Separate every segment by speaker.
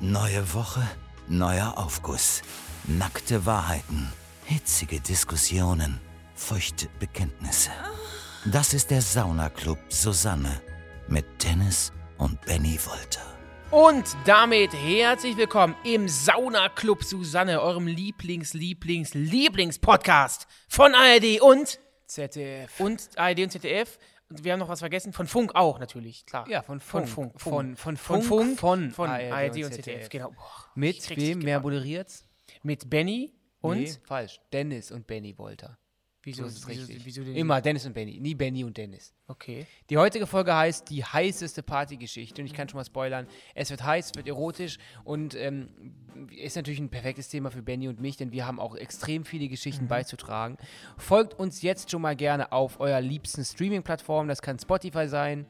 Speaker 1: Neue Woche, neuer Aufguss. Nackte Wahrheiten, hitzige Diskussionen, feuchte Bekenntnisse. Das ist der Saunaclub Susanne mit Dennis und Benny Wolter.
Speaker 2: Und damit herzlich willkommen im Sauna Club Susanne, eurem Lieblings, Lieblings, Lieblings-Podcast von ARD und
Speaker 3: ZDF.
Speaker 2: und ARD und ZDF. Und wir haben noch was vergessen, von Funk auch natürlich, klar.
Speaker 3: Ja, von Funk.
Speaker 2: Funk,
Speaker 3: Von, von
Speaker 2: Von Funk,
Speaker 3: Funk. von,
Speaker 2: von ARD und ZDF, genau. Boah, ich
Speaker 3: Mit
Speaker 2: krieg's
Speaker 3: wem?
Speaker 2: nicht
Speaker 3: Wer
Speaker 2: gebacken.
Speaker 3: moderiert?
Speaker 2: Mit Benny und
Speaker 3: Nee, falsch. Dennis und Benny Wolter.
Speaker 2: wieso,
Speaker 3: So ist es
Speaker 2: wieso,
Speaker 3: richtig.
Speaker 2: wieso denn?
Speaker 3: Immer Dennis und Benny. Nie Benny und Dennis.
Speaker 2: Okay.
Speaker 3: Die heutige Folge heißt Die heißeste Partygeschichte. Und ich
Speaker 2: Mhm.
Speaker 3: kann schon mal spoilern. Es wird heiß, es wird erotisch und ähm, ist natürlich ein perfektes Thema für Benny und mich, denn wir haben auch extrem viele
Speaker 2: Mhm.
Speaker 3: Geschichten beizutragen. Folgt uns jetzt schon mal gerne auf eurer liebsten Streaming-Plattform. Das kann Spotify sein.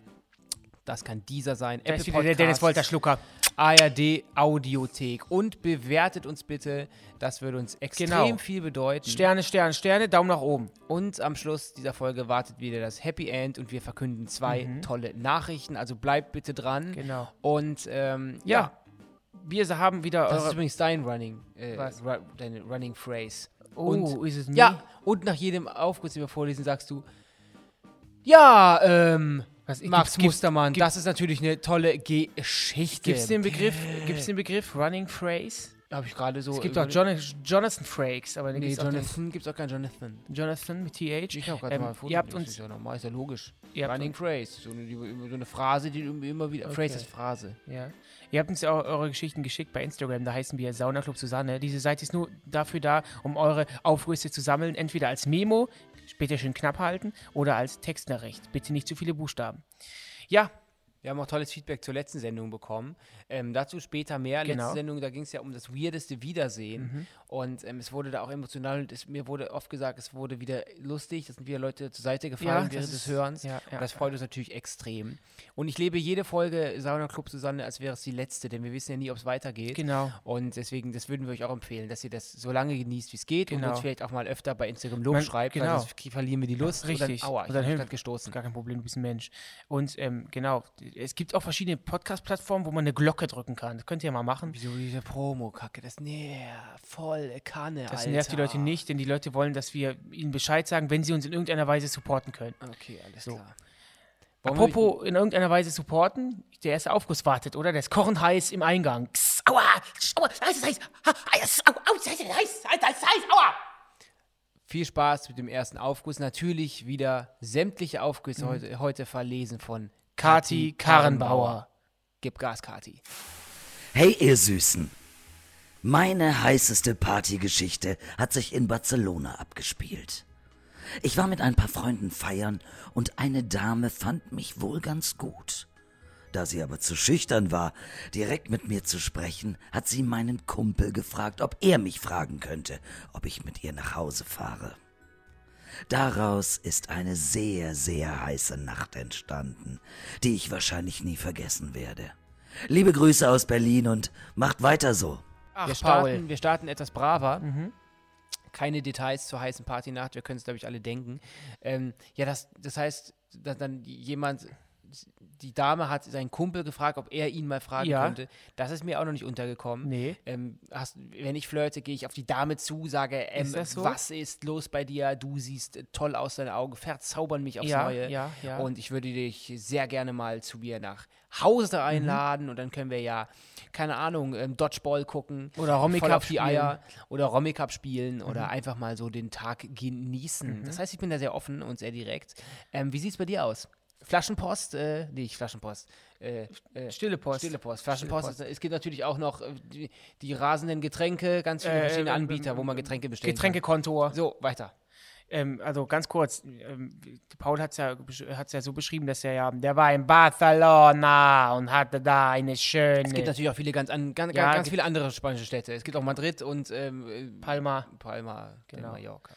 Speaker 3: Das kann dieser sein.
Speaker 2: Da ist wieder der Dennis
Speaker 3: Podcasts.
Speaker 2: Wolter Schlucker.
Speaker 3: ARD Audiothek und bewertet uns bitte. Das würde uns extrem
Speaker 2: Genau.
Speaker 3: viel bedeuten.
Speaker 2: Sterne, Sterne, Sterne, Daumen nach oben.
Speaker 3: und am Schluss dieser Folge wartet wieder das Happy End und wir verkünden zwei tolle Nachrichten. Also bleibt bitte dran.
Speaker 2: Mhm. Genau.
Speaker 3: Und ähm, ja,
Speaker 2: Ja. Wir haben wieder
Speaker 3: das ist
Speaker 2: eure.
Speaker 3: übrigens dein Running, äh,
Speaker 2: Was?
Speaker 3: ru- deine Running Phrase.
Speaker 2: Oh, ist es nie?
Speaker 3: ja, und nach jedem Aufguss, den wir vorlesen, sagst du, ja, ähm,
Speaker 2: Was ich-
Speaker 3: Max
Speaker 2: gibt's- gibt's-
Speaker 3: Mustermann,
Speaker 2: gibt's-
Speaker 3: das ist natürlich eine tolle Geschichte.
Speaker 2: Gibt es den Begriff, gibt's den Begriff Running Phrase?
Speaker 3: Habe ich gerade so.
Speaker 2: Es gibt auch
Speaker 3: überlegt.
Speaker 2: Jon Jonathan Frakes, aber dann
Speaker 3: Oh, Nee,
Speaker 2: gibt's auch den
Speaker 3: Jonathan gibt's auch keinen Jonathan.
Speaker 2: Jonathan mit TH.
Speaker 3: Ich habe gerade
Speaker 2: Ähm,
Speaker 3: mal ein Foto
Speaker 2: ihr habt
Speaker 3: gemacht, das
Speaker 2: uns,
Speaker 3: ist ja normal, ist ja logisch.
Speaker 2: ihr habt
Speaker 3: Running
Speaker 2: uns,
Speaker 3: Phrase, so eine, die- so eine Phrase, die du immer wieder. Phrase ist Phrase.
Speaker 2: ja. ihr habt uns ja auch eure Geschichten geschickt bei Instagram, da heißen wir Sauna Club Susanne. Diese Seite ist nur dafür da, um eure Aufrüste zu sammeln, entweder als Memo, später schön knapp halten, oder als Textnachricht. Bitte nicht zu viele Buchstaben. Ja,
Speaker 3: Wir haben auch tolles Feedback zur letzten Sendung bekommen. Ähm, dazu später mehr.
Speaker 2: Genau. Mhm.
Speaker 3: Letzte Sendung, da ging es ja um das weirdeste Wiedersehen. Und ähm, es wurde da auch emotional und es, mir wurde oft gesagt, es wurde wieder lustig. Da sind wieder Leute zur Seite gefallen
Speaker 2: das
Speaker 3: während des
Speaker 2: ist-
Speaker 3: Hörens.
Speaker 2: ja, ja,
Speaker 3: und das freut uns natürlich extrem. Und ich lebe jede Folge Sauna Club Susanne, als wäre es die letzte, denn wir wissen ja nie, ob es weitergeht.
Speaker 2: genau.
Speaker 3: Und deswegen, das würden wir euch auch empfehlen, dass ihr das so lange genießt, wie es geht und
Speaker 2: Genau.
Speaker 3: uns vielleicht auch mal öfter bei Instagram Lob
Speaker 2: Man-
Speaker 3: schreibt,
Speaker 2: genau.
Speaker 3: weil sonst k- verlieren wir die Lust.
Speaker 2: Richtig.
Speaker 3: Und dann, aua,
Speaker 2: Und
Speaker 3: ich
Speaker 2: dann
Speaker 3: hab mich
Speaker 2: hin-
Speaker 3: grad gestoßen.
Speaker 2: Gar kein Problem, du bist ein Mensch. Und ähm, genau, es gibt auch verschiedene Podcast-Plattformen, wo man eine Glocke drücken kann. Das könnt ihr ja mal machen.
Speaker 3: Wieso diese Promo-Kacke? Das nervt voll Kanne,
Speaker 2: Das
Speaker 3: Alter.
Speaker 2: nervt die Leute nicht, denn die Leute wollen, dass wir ihnen Bescheid sagen, wenn sie uns in irgendeiner Weise supporten können.
Speaker 3: Okay, alles
Speaker 2: So.
Speaker 3: klar. Wollen wir-
Speaker 2: Apropos in irgendeiner Weise supporten, der erste Aufguss wartet, oder? Der ist kochend heiß im Eingang. Kss, Aua! Aua! Heiß, heiß! Ha, heiß! Au, au, heiß, heiß, heiß, heiß, heiß, aua!
Speaker 3: Viel Spaß mit dem ersten Aufguss. Natürlich wieder sämtliche Aufgüsse heute, heute verlesen von
Speaker 2: Mhm. Kati Karrenbauer.
Speaker 3: Gib Gas, Kati.
Speaker 4: Hey ihr Süßen. Meine heißeste Partygeschichte hat sich in Barcelona abgespielt. Ich war mit ein paar Freunden feiern und eine Dame fand mich wohl ganz gut. Da sie aber zu schüchtern war, direkt mit mir zu sprechen, hat sie meinen Kumpel gefragt, ob er mich fragen könnte, ob ich mit ihr nach Hause fahre. Daraus ist eine sehr, sehr heiße Nacht entstanden, die ich wahrscheinlich nie vergessen werde. Liebe Grüße aus Berlin und macht weiter so.
Speaker 2: Ach, Mhm.
Speaker 3: wir, starten, wir starten etwas braver. Keine Details zur heißen Partynacht, wir können es, glaube ich, alle denken. Ähm, ja, das, das heißt, dass dann jemand, die Dame hat seinen Kumpel gefragt, ob er ihn mal fragen
Speaker 2: Ja.
Speaker 3: könnte. Das ist mir auch noch nicht untergekommen.
Speaker 2: Nee.
Speaker 3: Ähm, hast, wenn ich flirte, gehe ich auf die Dame zu, sage, ähm,
Speaker 2: Ist das so?
Speaker 3: was ist los bei dir? Du siehst äh, toll aus, deine Augen verzaubern mich aufs
Speaker 2: Ja,
Speaker 3: Neue.
Speaker 2: ja, ja.
Speaker 3: Und ich würde dich sehr gerne mal zu mir nach
Speaker 2: Mhm.
Speaker 3: Hause einladen und dann können wir ja, keine Ahnung, ähm, Dodgeball gucken.
Speaker 2: Oder Romy
Speaker 3: voll
Speaker 2: Cup Mhm.
Speaker 3: auf die Eier. Oder Romy Cup spielen oder einfach mal so den Tag genießen. Das heißt, ich bin da sehr offen und sehr direkt. Ähm, wie sieht es bei dir aus? Flaschenpost, äh, nee, nicht Flaschenpost. Äh, äh,
Speaker 2: Stille Post.
Speaker 3: Stille Post, Flaschenpost. ist- Es gibt natürlich auch noch äh, die, die rasenden Getränke, ganz viele
Speaker 2: Äh,
Speaker 3: verschiedene
Speaker 2: ähm,
Speaker 3: Anbieter, wo man
Speaker 2: ähm,
Speaker 3: Getränke bestellen
Speaker 2: Getränkekontor.
Speaker 3: kann. So, weiter.
Speaker 2: Ähm, also ganz kurz, ähm, Paul hat es ja, besch- hat's ja so beschrieben, dass er ja, der war in Barcelona und hatte da eine schöne
Speaker 3: Es gibt natürlich auch viele ganz, an, ganz,
Speaker 2: Ja,
Speaker 3: ganz
Speaker 2: gibt-
Speaker 3: viele andere spanische Städte. Es gibt auch Madrid und ähm, äh,
Speaker 2: Palma.
Speaker 3: Palma, genau.
Speaker 2: Genau.
Speaker 3: Mallorca.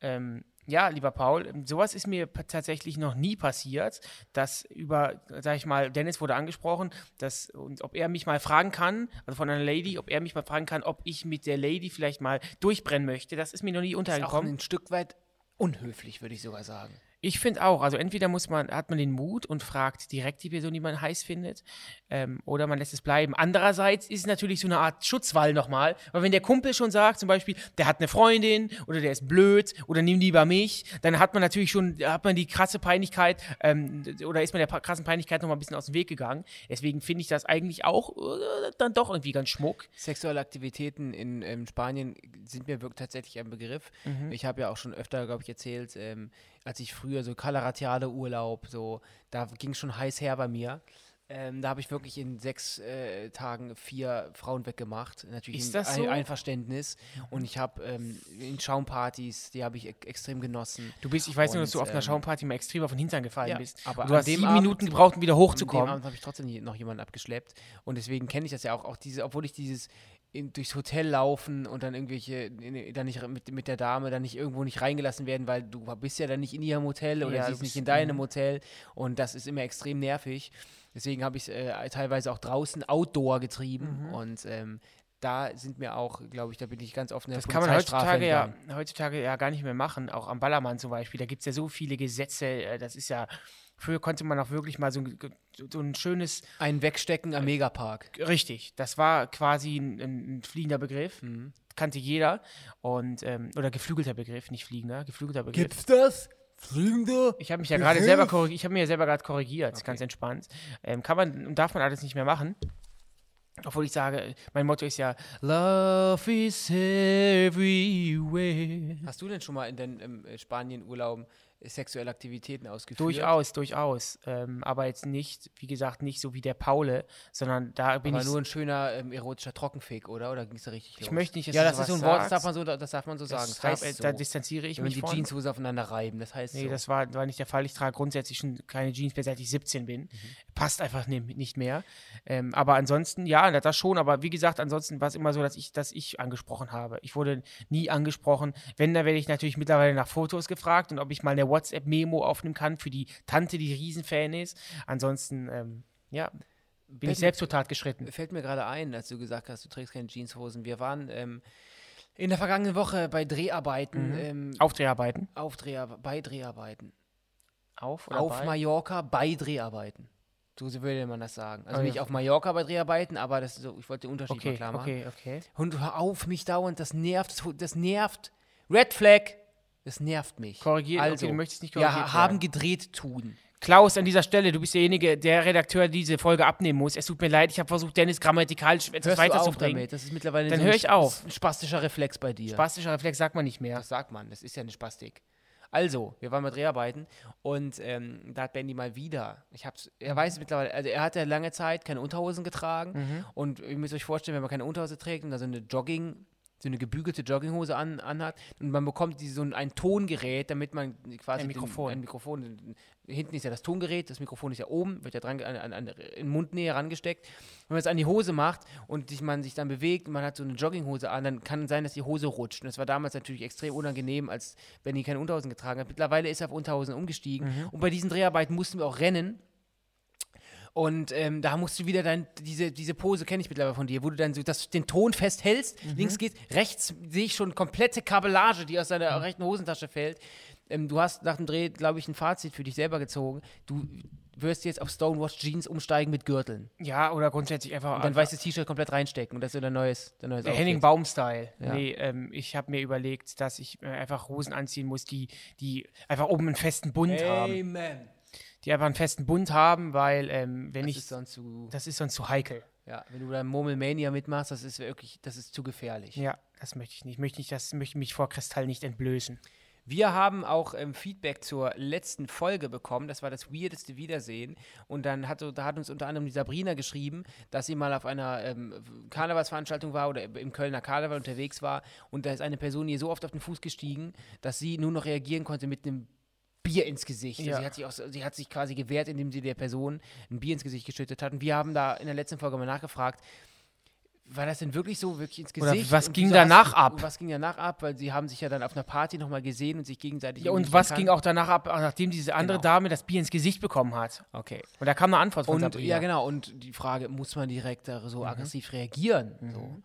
Speaker 2: Ähm, ja, lieber Paul, ähm, sowas ist mir pa- tatsächlich noch nie passiert, dass über, sag ich mal, Dennis wurde angesprochen, dass, und ob er mich mal fragen kann, also von einer Lady, ob er mich mal fragen kann, ob ich mit der Lady vielleicht mal durchbrennen möchte. Das ist mir noch nie
Speaker 3: Ist auch
Speaker 2: untergekommen.
Speaker 3: ein Stück weit unhöflich, würde ich sogar sagen.
Speaker 2: Ich finde auch, also entweder muss man, hat man den Mut und fragt direkt die Person, die man heiß findet, ähm, oder man lässt es bleiben. Andererseits ist es natürlich so eine Art Schutzwall nochmal, weil wenn der Kumpel schon sagt, zum Beispiel, der hat eine Freundin oder der ist blöd oder nimm lieber mich, dann hat man natürlich schon, hat man die krasse Peinlichkeit ähm, oder ist man der pa- krassen Peinlichkeit nochmal ein bisschen aus dem Weg gegangen. Deswegen finde ich das eigentlich auch äh, dann doch irgendwie ganz schmuck.
Speaker 3: Sexuelle Aktivitäten in ähm, Spanien sind mir wirklich tatsächlich ein Begriff.
Speaker 2: Mhm.
Speaker 3: Ich habe ja auch schon öfter, glaube ich, erzählt, ähm, als ich früher so Calaratiale Urlaub, so, da ging schon heiß her bei mir. Ähm, da habe ich wirklich in sechs äh, Tagen vier Frauen weggemacht. Natürlich
Speaker 2: Ist
Speaker 3: im
Speaker 2: das so? Mhm.
Speaker 3: Ein- Einverständnis. Und ich habe ähm, in Schaumpartys, die habe ich e extrem genossen.
Speaker 2: Du bist, ich weiß nur, dass du
Speaker 3: Und,
Speaker 2: auf einer
Speaker 3: ähm,
Speaker 2: Schaumparty mal extrem auf den Hintern gefallen
Speaker 3: ja,
Speaker 2: bist.
Speaker 3: aber
Speaker 2: Und du
Speaker 3: an
Speaker 2: hast
Speaker 3: dem
Speaker 2: sieben
Speaker 3: Abend-
Speaker 2: Minuten gebraucht, um wieder
Speaker 3: An dem
Speaker 2: hochzukommen.
Speaker 3: Abend habe ich trotzdem nie- noch jemanden abgeschleppt. Und deswegen kenne ich das ja auch. Auch diese, obwohl ich dieses in, durchs Hotel laufen und dann irgendwelche, in, dann nicht mit, mit der Dame dann nicht irgendwo nicht reingelassen werden, weil du bist ja dann nicht in ihrem Hotel oder
Speaker 2: Ja,
Speaker 3: sie
Speaker 2: du
Speaker 3: ist nicht
Speaker 2: bist- mhm.
Speaker 3: in deinem Hotel. Und das ist immer extrem nervig. Deswegen habe ich es äh, teilweise auch draußen Outdoor getrieben.
Speaker 2: Mhm.
Speaker 3: Und ähm, da sind mir auch, glaube ich, da bin ich ganz offen.
Speaker 2: Das kann man halt heutzutage ja, heutzutage ja gar nicht mehr machen, auch am Ballermann zum Beispiel. Da gibt es ja so viele Gesetze, äh, das ist ja, früher konnte man auch wirklich mal so ein, so ein schönes,
Speaker 3: Ein Wegstecken
Speaker 2: Äh,
Speaker 3: am Megapark.
Speaker 2: richtig, das war quasi ein, ein fliegender Begriff, kannte jeder und, ähm, oder geflügelter Begriff, nicht fliegender, geflügelter Begriff.
Speaker 3: das? Fliegende?
Speaker 2: Ich habe mich ja gerade selber korrigiert, ich habe mir ja selber gerade korrigiert, ganz entspannt. Ähm, kann man und darf man alles nicht mehr machen. Obwohl ich sage, äh, mein Motto ist ja Love is everywhere.
Speaker 3: Hast du denn schon mal in deinen ähm, äh, Spanien-Urlauben äh, sexuelle Aktivitäten ausgeführt?
Speaker 2: Durchaus, durchaus. Ähm, aber jetzt nicht, wie gesagt, nicht so wie der Paule, sondern da bin
Speaker 3: Aber
Speaker 2: ich.
Speaker 3: nur ein schöner ähm, erotischer Trockenfick, oder? Oder ging es da richtig los?
Speaker 2: ich möchte nicht, dass
Speaker 3: ja,
Speaker 2: du
Speaker 3: das ist so ein
Speaker 2: sowas
Speaker 3: Wort, das darf
Speaker 2: sagst.
Speaker 3: man so, das darf man so sagen. Das
Speaker 2: darf-
Speaker 3: heißt
Speaker 2: äh,
Speaker 3: so,
Speaker 2: da distanziere ich
Speaker 3: wenn
Speaker 2: mich
Speaker 3: die
Speaker 2: von.
Speaker 3: Jeanshose aufeinander reiben, das heißt
Speaker 2: Nee,
Speaker 3: so.
Speaker 2: das war, war nicht der Fall. Ich trage grundsätzlich schon keine Jeans mehr, seit ich 17 bin.
Speaker 3: Mhm.
Speaker 2: Passt einfach ne, nicht mehr. Ähm, aber ansonsten, ja, na, das schon. Aber wie gesagt, ansonsten war es immer so, dass ich, dass ich angesprochen habe. Ich wurde nie angesprochen. Wenn, dann werde ich natürlich mittlerweile nach Fotos gefragt und ob ich mal eine WhatsApp-Memo aufnehmen kann für die Tante, die Riesenfan ist. Ansonsten, ähm, ja, bin ich
Speaker 3: Betten-
Speaker 2: selbst zur Tat geschritten.
Speaker 3: Fällt mir gerade ein, als du gesagt hast, du trägst keine Jeanshosen. Wir waren ähm, in der vergangenen Woche bei
Speaker 2: Mhm.
Speaker 3: Dreharbeiten, ähm,
Speaker 2: Aufdreharbeiten.
Speaker 3: auf Drehar bei Dreharbeiten.
Speaker 2: Auf oder
Speaker 3: Auf
Speaker 2: bei?
Speaker 3: Mallorca bei Dreharbeiten. So würde man das sagen. Also
Speaker 2: Ah, ja.
Speaker 3: nicht auf Mallorca bei Dreharbeiten, aber das ist so, ich wollte den Unterschied mal
Speaker 2: Okay,
Speaker 3: klar machen.
Speaker 2: okay, okay.
Speaker 3: Und hör auf mich dauernd, das nervt, das- das nervt. Red Flag, das nervt mich. Also,
Speaker 2: Korrigiert, okay, du möchtest nicht korrigiert
Speaker 3: Ja, haben
Speaker 2: werden.
Speaker 3: gedreht tun.
Speaker 2: Klaus, an dieser Stelle, du bist derjenige, der Redakteur der diese Folge abnehmen muss. Es tut mir leid, ich habe versucht, Dennis grammatikalisch etwas
Speaker 3: Hörst du auf
Speaker 2: weiterzubringen.
Speaker 3: damit? Das ist mittlerweile
Speaker 2: Dann
Speaker 3: so
Speaker 2: hör
Speaker 3: ein
Speaker 2: ich
Speaker 3: sp-
Speaker 2: auf.
Speaker 3: ein spastischer Reflex bei dir.
Speaker 2: Spastischer Reflex sagt man nicht mehr.
Speaker 3: Das sagt man, das ist ja eine Spastik. Also, wir waren bei Dreharbeiten und ähm, da hat Benny mal wieder, ich hab's, er weiß es mittlerweile, also er hat ja lange Zeit keine Unterhosen
Speaker 2: Mhm.
Speaker 3: getragen und ihr müsst euch vorstellen, wenn man keine Unterhose trägt und da so eine Jogging, so eine gebügelte Jogginghose an, anhat und man bekommt die, so ein, ein Tongerät, damit man quasi
Speaker 2: Ein Mikrofon.
Speaker 3: Den, ein Mikrofon, hinten ist ja das Tongerät, das Mikrofon ist ja oben, wird ja dran, an, an, an, in Mundnähe rangesteckt. Wenn man es an die Hose macht und sich, man sich dann bewegt und man hat so eine Jogginghose an, dann kann es sein, dass die Hose rutscht. Und das war damals natürlich extrem unangenehm, als Benny keine Unterhosen getragen hat. Mittlerweile ist er auf Unterhosen umgestiegen.
Speaker 2: Mhm.
Speaker 3: Und bei diesen Dreharbeiten mussten wir auch rennen. Und ähm, da musst du wieder dann, diese, diese Pose kenne ich mittlerweile von dir, wo du dann so das, den Ton festhältst, links geht, rechts sehe ich schon komplette Kabellage, die aus deiner rechten Hosentasche fällt. Ähm, du hast nach dem Dreh, glaube ich, ein Fazit für dich selber gezogen. Du wirst jetzt auf Stonewatch Jeans umsteigen mit Gürteln.
Speaker 2: Ja, oder grundsätzlich einfach.
Speaker 3: Und dann weißes T-Shirt komplett reinstecken und das ist so dein neues, dein neues Outfit.
Speaker 2: Ah, Henning Baum-Style.
Speaker 3: Ja.
Speaker 2: Nee, ähm, ich habe mir überlegt, dass ich äh, einfach Hosen anziehen muss, die, die einfach oben einen festen Bund haben.
Speaker 3: Amen.
Speaker 2: Die einfach einen festen Bund haben, weil ähm, wenn
Speaker 3: Das
Speaker 2: ich.
Speaker 3: ist sonst zu,
Speaker 2: das ist sonst zu heikel.
Speaker 3: ja, wenn du beim Murmelmania mitmachst, das ist wirklich, das ist zu gefährlich.
Speaker 2: Ja, das möchte ich nicht. Ich möchte, nicht, das, möchte mich vor Kristall nicht entblößen.
Speaker 3: Wir haben auch ähm, Feedback zur letzten Folge bekommen. Das war das weirdeste Wiedersehen. Und dann hat, so- da hat uns unter anderem die Sabrina geschrieben, dass sie mal auf einer ähm, Karnevalsveranstaltung war oder im Kölner Karneval unterwegs war. Und da ist eine Person ihr so oft auf den Fuß gestiegen, dass sie nur noch reagieren konnte mit einem Bier ins Gesicht.
Speaker 2: Ja.
Speaker 3: Also sie, hat sich auch, so- sie hat sich quasi gewehrt, indem sie der Person ein Bier ins Gesicht geschüttet hat. Und wir haben da in der letzten Folge mal nachgefragt, war das denn wirklich so, wirklich ins
Speaker 2: Oder
Speaker 3: Gesicht?
Speaker 2: was
Speaker 3: Und
Speaker 2: ging
Speaker 3: wieso
Speaker 2: danach
Speaker 3: hast-
Speaker 2: ab?
Speaker 3: Was ging danach ab? Weil sie haben sich ja dann auf einer Party nochmal gesehen und sich gegenseitig.
Speaker 2: Ja,
Speaker 3: irgendwie
Speaker 2: und
Speaker 3: nicht
Speaker 2: was
Speaker 3: gekannt.
Speaker 2: ging auch danach ab, äh, nachdem diese andere
Speaker 3: Genau.
Speaker 2: Dame das Bier ins Gesicht bekommen hat?
Speaker 3: Okay.
Speaker 2: Und da kam eine Antwort von
Speaker 3: Und
Speaker 2: Sabrina. Mhm.
Speaker 3: ja, genau. Und die Frage, muss man direkt da so aggressiv reagieren? So.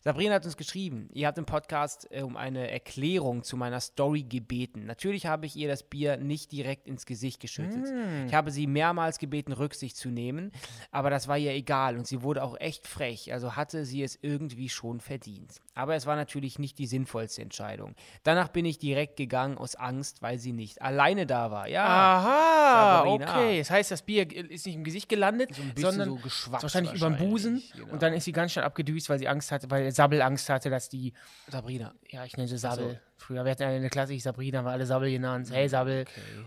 Speaker 3: Sabrina hat uns geschrieben, ihr habt im Podcast äh, um eine Erklärung zu meiner Story gebeten. Natürlich habe ich ihr das Bier nicht direkt ins Gesicht geschüttet.
Speaker 2: Mhm.
Speaker 3: Ich habe sie mehrmals gebeten, Rücksicht zu nehmen, aber das war ihr egal und sie wurde auch echt frech, also hatte sie es irgendwie schon verdient. Aber es war natürlich nicht die sinnvollste Entscheidung. Danach bin ich direkt gegangen aus Angst, weil sie nicht alleine da war.
Speaker 2: Ah,
Speaker 3: Ja.
Speaker 2: Aha,
Speaker 3: Sabrina.
Speaker 2: okay. Das heißt, das Bier ist nicht im Gesicht gelandet,
Speaker 3: ein bisschen
Speaker 2: sondern
Speaker 3: so geschwappt
Speaker 2: wahrscheinlich über den Busen.
Speaker 3: wahrscheinlich, genau.
Speaker 2: Und dann ist sie ganz schnell abgedüst, weil sie Angst hatte, weil Sabbel Angst hatte, dass die,
Speaker 3: Sabrina.
Speaker 2: ja, ich nenne sie Sabbel. Früher, wir hatten eine in der Klasse, ich Sabrina, haben wir alle Sabbel genannt.
Speaker 3: Mhm,
Speaker 2: Hey, Sabbel.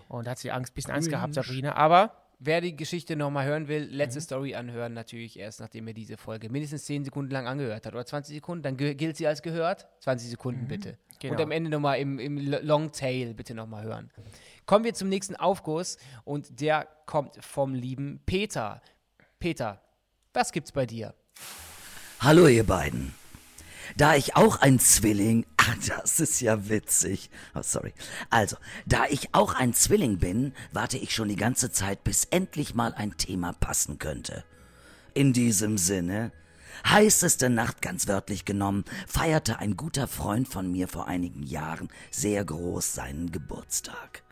Speaker 2: Und hat sie Angst, bisschen Angst gehabt, Sabrina. Aber
Speaker 3: Wer die Geschichte nochmal hören will, letzte Story anhören, natürlich erst, nachdem er diese Folge mindestens 10 Sekunden lang angehört hat oder 20 Sekunden, dann ge- gilt sie als gehört. 20 Sekunden bitte. Und
Speaker 2: genau.
Speaker 3: am Ende nochmal im, im L- Longtail bitte nochmal hören. Kommen wir zum nächsten Aufguss und der kommt vom lieben Peter. Peter, was gibt's bei dir?
Speaker 4: Hallo ihr beiden. Da ich auch ein Zwilling, ach, das ist ja witzig. Oh, sorry. Also, da ich auch ein Zwilling bin, warte ich schon die ganze Zeit, bis endlich mal ein Thema passen könnte. In diesem Sinne, heißeste Nacht ganz wörtlich genommen, feierte ein guter Freund von mir vor einigen Jahren sehr groß seinen Geburtstag.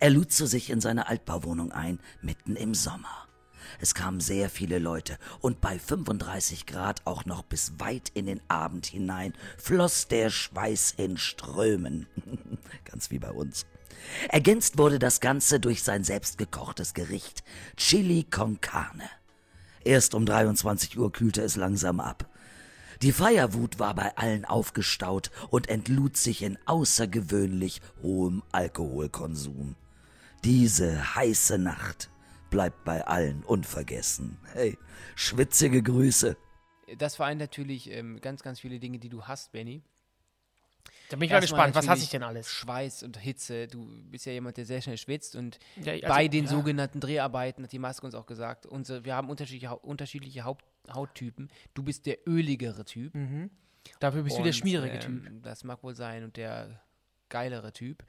Speaker 4: Er lud zu sich in seine Altbauwohnung ein, mitten im Sommer. Es kamen sehr viele Leute und bei 35 Grad auch noch bis weit in den Abend hinein floss der Schweiß in Strömen. Ganz wie bei uns. Ergänzt wurde das Ganze durch sein selbstgekochtes Gericht Chili con Carne. Erst um 23 Uhr kühlte es langsam ab. Die Feierwut war bei allen aufgestaut und entlud sich in außergewöhnlich hohem Alkoholkonsum. Diese heiße Nacht bleibt bei allen unvergessen. Hey, schwitzige Grüße.
Speaker 3: Das vereint natürlich ähm, ganz, ganz viele Dinge, die du hast, Benny.
Speaker 2: da bin ich mal
Speaker 3: Erstmal
Speaker 2: gespannt, was hasse ich
Speaker 3: natürlich
Speaker 2: denn alles?
Speaker 3: Schweiß und Hitze. Du bist ja jemand, der sehr schnell schwitzt und
Speaker 2: Ja, also-
Speaker 3: bei den
Speaker 2: ja.
Speaker 3: sogenannten Dreharbeiten hat die Maske uns auch gesagt, unsere, wir haben unterschiedliche, Hau- unterschiedliche Haut, Hauttypen. Du bist der öligere Typ.
Speaker 2: Dafür Mhm. bist du der
Speaker 3: und,
Speaker 2: schmierige
Speaker 3: ähm,
Speaker 2: Typ.
Speaker 3: Das mag wohl sein und der geilere Typ.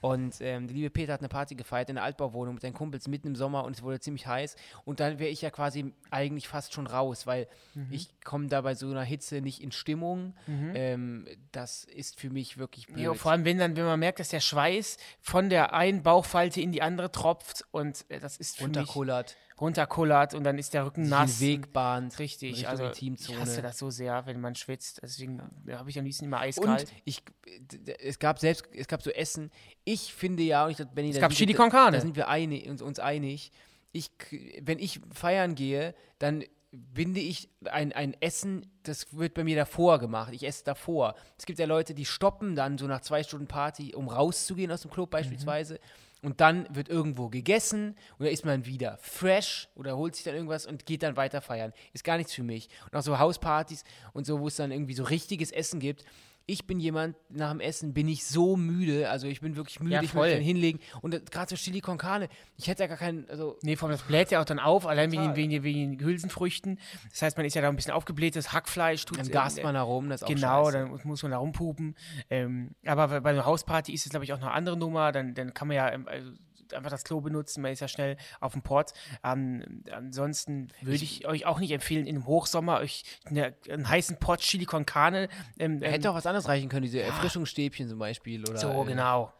Speaker 3: Und ähm, der liebe Peter hat eine Party gefeiert in der Altbauwohnung mit seinen Kumpels mitten im Sommer und es wurde ziemlich heiß. Und dann wäre ich ja quasi eigentlich fast schon raus, weil
Speaker 2: Mhm.
Speaker 3: ich komme da bei so einer Hitze nicht in Stimmung. Ähm, das ist für mich wirklich blöd.
Speaker 2: Ja, vor allem, wenn dann, wenn man merkt, dass der Schweiß von der einen Bauchfalte in die andere tropft und äh, das ist für mich
Speaker 3: runterkullert,
Speaker 2: runterkullert und dann ist der Rücken nass.
Speaker 3: den Weg bahnt,
Speaker 2: Richtig,
Speaker 3: Richtung
Speaker 2: also
Speaker 3: Intimzone.
Speaker 2: ich hasse das so sehr, wenn man schwitzt. Deswegen äh, habe ich am liebsten immer
Speaker 3: Und
Speaker 2: eiskalt.
Speaker 3: ich, d- d- es gab selbst, es gab so Essen. Ich finde ja, und ich glaube, Benny,
Speaker 2: Es
Speaker 3: da
Speaker 2: gab
Speaker 3: sind
Speaker 2: Chili
Speaker 3: wir-
Speaker 2: con carne.
Speaker 3: Da sind wir einig, uns, uns einig. Ich, k- wenn ich feiern gehe, dann binde ich ein, ein Essen, das wird bei mir davor gemacht. Ich esse davor. Es gibt ja Leute, die stoppen dann so nach zwei Stunden Party, um rauszugehen aus dem
Speaker 2: Mhm.
Speaker 3: Club beispielsweise. Und dann wird irgendwo gegessen und da ist man wieder fresh oder holt sich dann irgendwas und geht dann weiter feiern. Ist gar nichts für mich. Und auch so Hauspartys und so, wo es dann irgendwie so richtiges Essen gibt. Ich bin jemand, nach dem Essen bin ich so müde, also ich bin wirklich müde,
Speaker 2: Ja,
Speaker 3: ich möchte
Speaker 2: voll.
Speaker 3: dann hinlegen. Und äh, gerade so Chili con Carne, ich hätte ja gar keinen, also
Speaker 2: Nee, vor allem, das bläht ja auch dann auf, allein wegen, den-
Speaker 3: Total.
Speaker 2: wegen, den- wegen den Hülsenfrüchten. Das heißt, man ist ja da ein bisschen aufgeblähtes Hackfleisch. Tut,
Speaker 3: dann gast man herum, das ist auch
Speaker 2: Genau,
Speaker 3: scheiße.
Speaker 2: dann muss man da rumpupen. Ähm, aber bei einer Hausparty ist es, glaube ich, auch eine andere Nummer. Dann, dann kann man ja ähm, also einfach das Klo benutzen, man ist ja schnell auf dem Port. Ähm, ansonsten würde ich, euch auch nicht empfehlen, im Hochsommer euch eine, einen heißen Port Chili con Carne. Ähm, ähm,
Speaker 3: Hätte auch was anderes reichen können, diese Erfrischungsstäbchen zum Beispiel. Oder,
Speaker 2: so,
Speaker 3: äh,
Speaker 2: genau.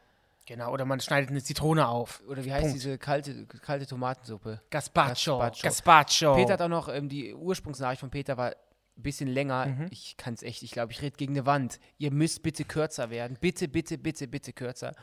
Speaker 2: Genau, oder man schneidet eine Zitrone auf.
Speaker 3: Oder wie heißt
Speaker 2: Punkt.
Speaker 3: diese kalte, kalte Tomatensuppe?
Speaker 2: Gazpacho.
Speaker 3: Gazpacho.
Speaker 2: Gazpacho.
Speaker 3: Peter hat auch noch, ähm, die Ursprungsnachricht von Peter war ein bisschen länger.
Speaker 2: Mhm.
Speaker 3: Ich kann es echt, ich glaube, ich rede gegen eine Wand. Ihr müsst bitte kürzer werden. Bitte, bitte, bitte, bitte kürzer.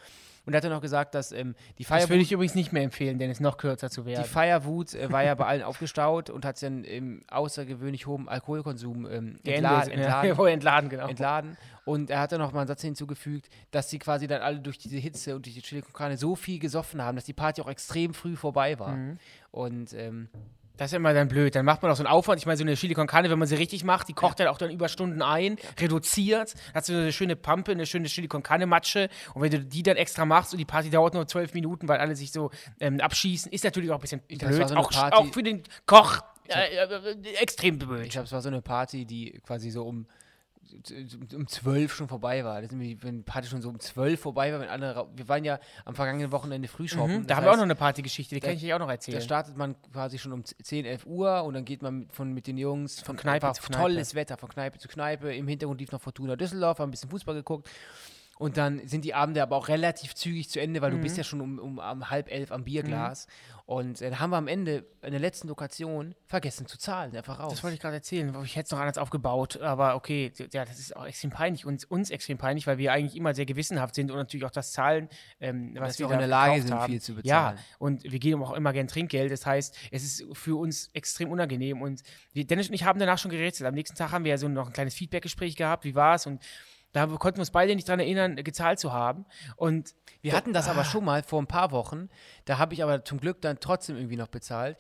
Speaker 3: Und er hat auch noch gesagt, dass ähm, die
Speaker 2: das würde
Speaker 3: Feierwut,
Speaker 2: ich übrigens nicht mehr empfehlen, denn es noch kürzer zu
Speaker 3: die
Speaker 2: werden.
Speaker 3: Feierwut äh, war ja bei allen aufgestaut und hat sich dann im außergewöhnlich hohen Alkoholkonsum ähm, entladen,
Speaker 2: entladen.
Speaker 3: entladen,
Speaker 2: Ja, entladen, genau.
Speaker 3: entladen. Und er hat dann noch mal einen Satz hinzugefügt, dass sie quasi dann alle durch diese Hitze und durch die Chili con Carne so viel gesoffen haben, dass die Party auch extrem früh vorbei war.
Speaker 2: Mhm.
Speaker 3: Und ähm,
Speaker 2: Das ist ja immer dann blöd. Dann macht man auch so einen Aufwand. Ich meine, so eine Chili con Carne, wenn man sie richtig macht, die kocht ja auch dann über Stunden ein, reduziert. Dann hast du so eine schöne Pampe, eine schöne Chili con Carne Matsche. Und wenn du die dann extra machst und die Party dauert nur zwölf Minuten, weil alle sich so ähm, abschießen, ist natürlich auch ein bisschen
Speaker 3: dachte, es
Speaker 2: blöd.
Speaker 3: war so eine
Speaker 2: auch,
Speaker 3: Party-
Speaker 2: auch für den Koch äh, äh, äh, extrem blöd.
Speaker 3: ich glaube, es war so eine Party, die quasi so um z- um zwölf schon vorbei war. Das sind wir, wenn die Party schon so um zwölf vorbei war, wenn alle, ra- wir waren ja am vergangenen Wochenende früh shoppen.
Speaker 2: Mhm, Hm? Da
Speaker 3: das
Speaker 2: haben wir auch
Speaker 3: heißt,
Speaker 2: noch eine Partygeschichte, die kann ich euch auch noch
Speaker 3: da
Speaker 2: erzählen.
Speaker 3: startet man quasi schon um 10, 11 Uhr und dann geht man mit, von, mit den Jungs von
Speaker 2: Kneipe zu Kneipe.
Speaker 3: Tolles Wetter, von Kneipe zu Kneipe. Im Hintergrund lief noch Fortuna Düsseldorf, haben ein bisschen Fußball geguckt. Und dann sind die Abende aber auch relativ zügig zu Ende,
Speaker 2: Mhm.
Speaker 3: weil du bist ja schon um, um, um halb elf am Bierglas. Und äh, dann haben wir am Ende in der letzten Lokation vergessen zu zahlen, einfach raus.
Speaker 2: Das wollte ich gerade erzählen. Ich hätte es noch anders aufgebaut, aber okay, ja, das ist auch extrem peinlich. Uns, uns extrem peinlich, weil wir eigentlich immer sehr gewissenhaft sind und natürlich auch das zahlen, ähm, was
Speaker 3: Dass
Speaker 2: wir
Speaker 3: wir auch in
Speaker 2: da
Speaker 3: der Lage
Speaker 2: verkauft
Speaker 3: sind,
Speaker 2: haben.
Speaker 3: viel zu bezahlen.
Speaker 2: Ja, und wir geben auch immer gern Trinkgeld. Das heißt, es ist für uns extrem unangenehm. Und wir, Dennis und ich haben danach schon gerätselt. Am nächsten Tag haben wir ja so noch ein kleines Feedbackgespräch gehabt. Wie war es? Und da haben wir- konnten wir uns beide nicht daran erinnern, gezahlt zu haben. Und
Speaker 3: Wir hatten das
Speaker 2: Ah.
Speaker 3: aber schon mal vor ein paar Wochen. Da habe ich aber zum Glück dann trotzdem irgendwie noch bezahlt.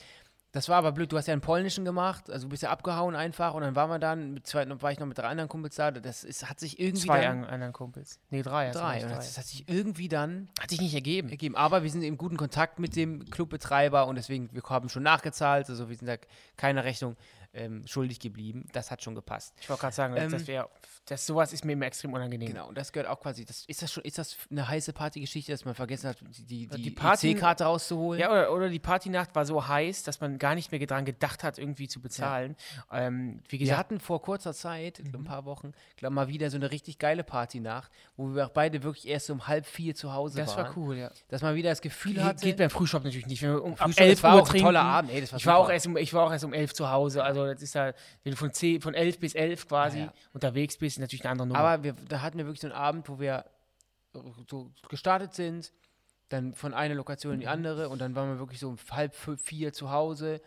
Speaker 3: Das war aber blöd. Du hast ja einen polnischen gemacht, also du bist ja abgehauen einfach und dann waren wir dann mit zwei, war ich noch mit drei anderen Kumpels da. Das ist, hat sich irgendwie
Speaker 2: zwei
Speaker 3: dann
Speaker 2: an, anderen Kumpels. Nee, drei. hast du
Speaker 3: drei.
Speaker 2: recht,
Speaker 3: Und das hat sich irgendwie dann
Speaker 2: Hat sich nicht ergeben.
Speaker 3: ergeben. Aber wir sind im guten Kontakt mit dem Clubbetreiber und deswegen wir haben schon nachgezahlt. Also wir sind da keiner Rechnung ähm, schuldig geblieben. Das hat schon gepasst.
Speaker 2: Ich wollte gerade sagen,
Speaker 3: Ähm,
Speaker 2: das wär, das, sowas ist mir immer extrem unangenehm.
Speaker 3: Genau, und das gehört auch quasi. Das, ist das schon, ist das eine heiße Partygeschichte, dass man vergessen hat, die, die,
Speaker 2: Die
Speaker 3: die,
Speaker 2: Party-
Speaker 3: EC-Karte rauszuholen?
Speaker 2: Ja, oder, oder die Partynacht war so heiß, dass man gar nicht mehr daran gedacht hat, irgendwie zu bezahlen. Ähm, wie
Speaker 3: Wir
Speaker 2: gesagt,
Speaker 3: hatten vor kurzer Zeit,
Speaker 2: Mhm.
Speaker 3: ein paar Wochen, glaub, mal wieder so eine richtig geile Partynacht, wo wir auch beide wirklich erst um halb vier zu Hause
Speaker 2: das
Speaker 3: waren.
Speaker 2: war cool, ja.
Speaker 3: Dass man wieder das Gefühl
Speaker 2: Ge
Speaker 3: hatte,
Speaker 2: geht beim Frühshop natürlich nicht. Wenn wir um, ab
Speaker 3: Frühshop, das
Speaker 2: 11
Speaker 3: war
Speaker 2: Uhr
Speaker 3: auch ein
Speaker 2: trinken,
Speaker 3: toller Abend. Ey, das war
Speaker 2: ich, war auch
Speaker 3: super.
Speaker 2: erst um, ich war auch erst um 11 zu Hause. Also, das ist halt, wenn du von, 10, von 11 bis 11 quasi
Speaker 3: Ja, ja.
Speaker 2: unterwegs bist, ist natürlich eine andere Nummer.
Speaker 3: aber wir, da hatten wir wirklich so einen Abend, wo wir äh, so gestartet sind, dann von einer Lokation in
Speaker 2: Mhm.
Speaker 3: die andere und dann waren wir wirklich so um halb fü- vier zu Hause.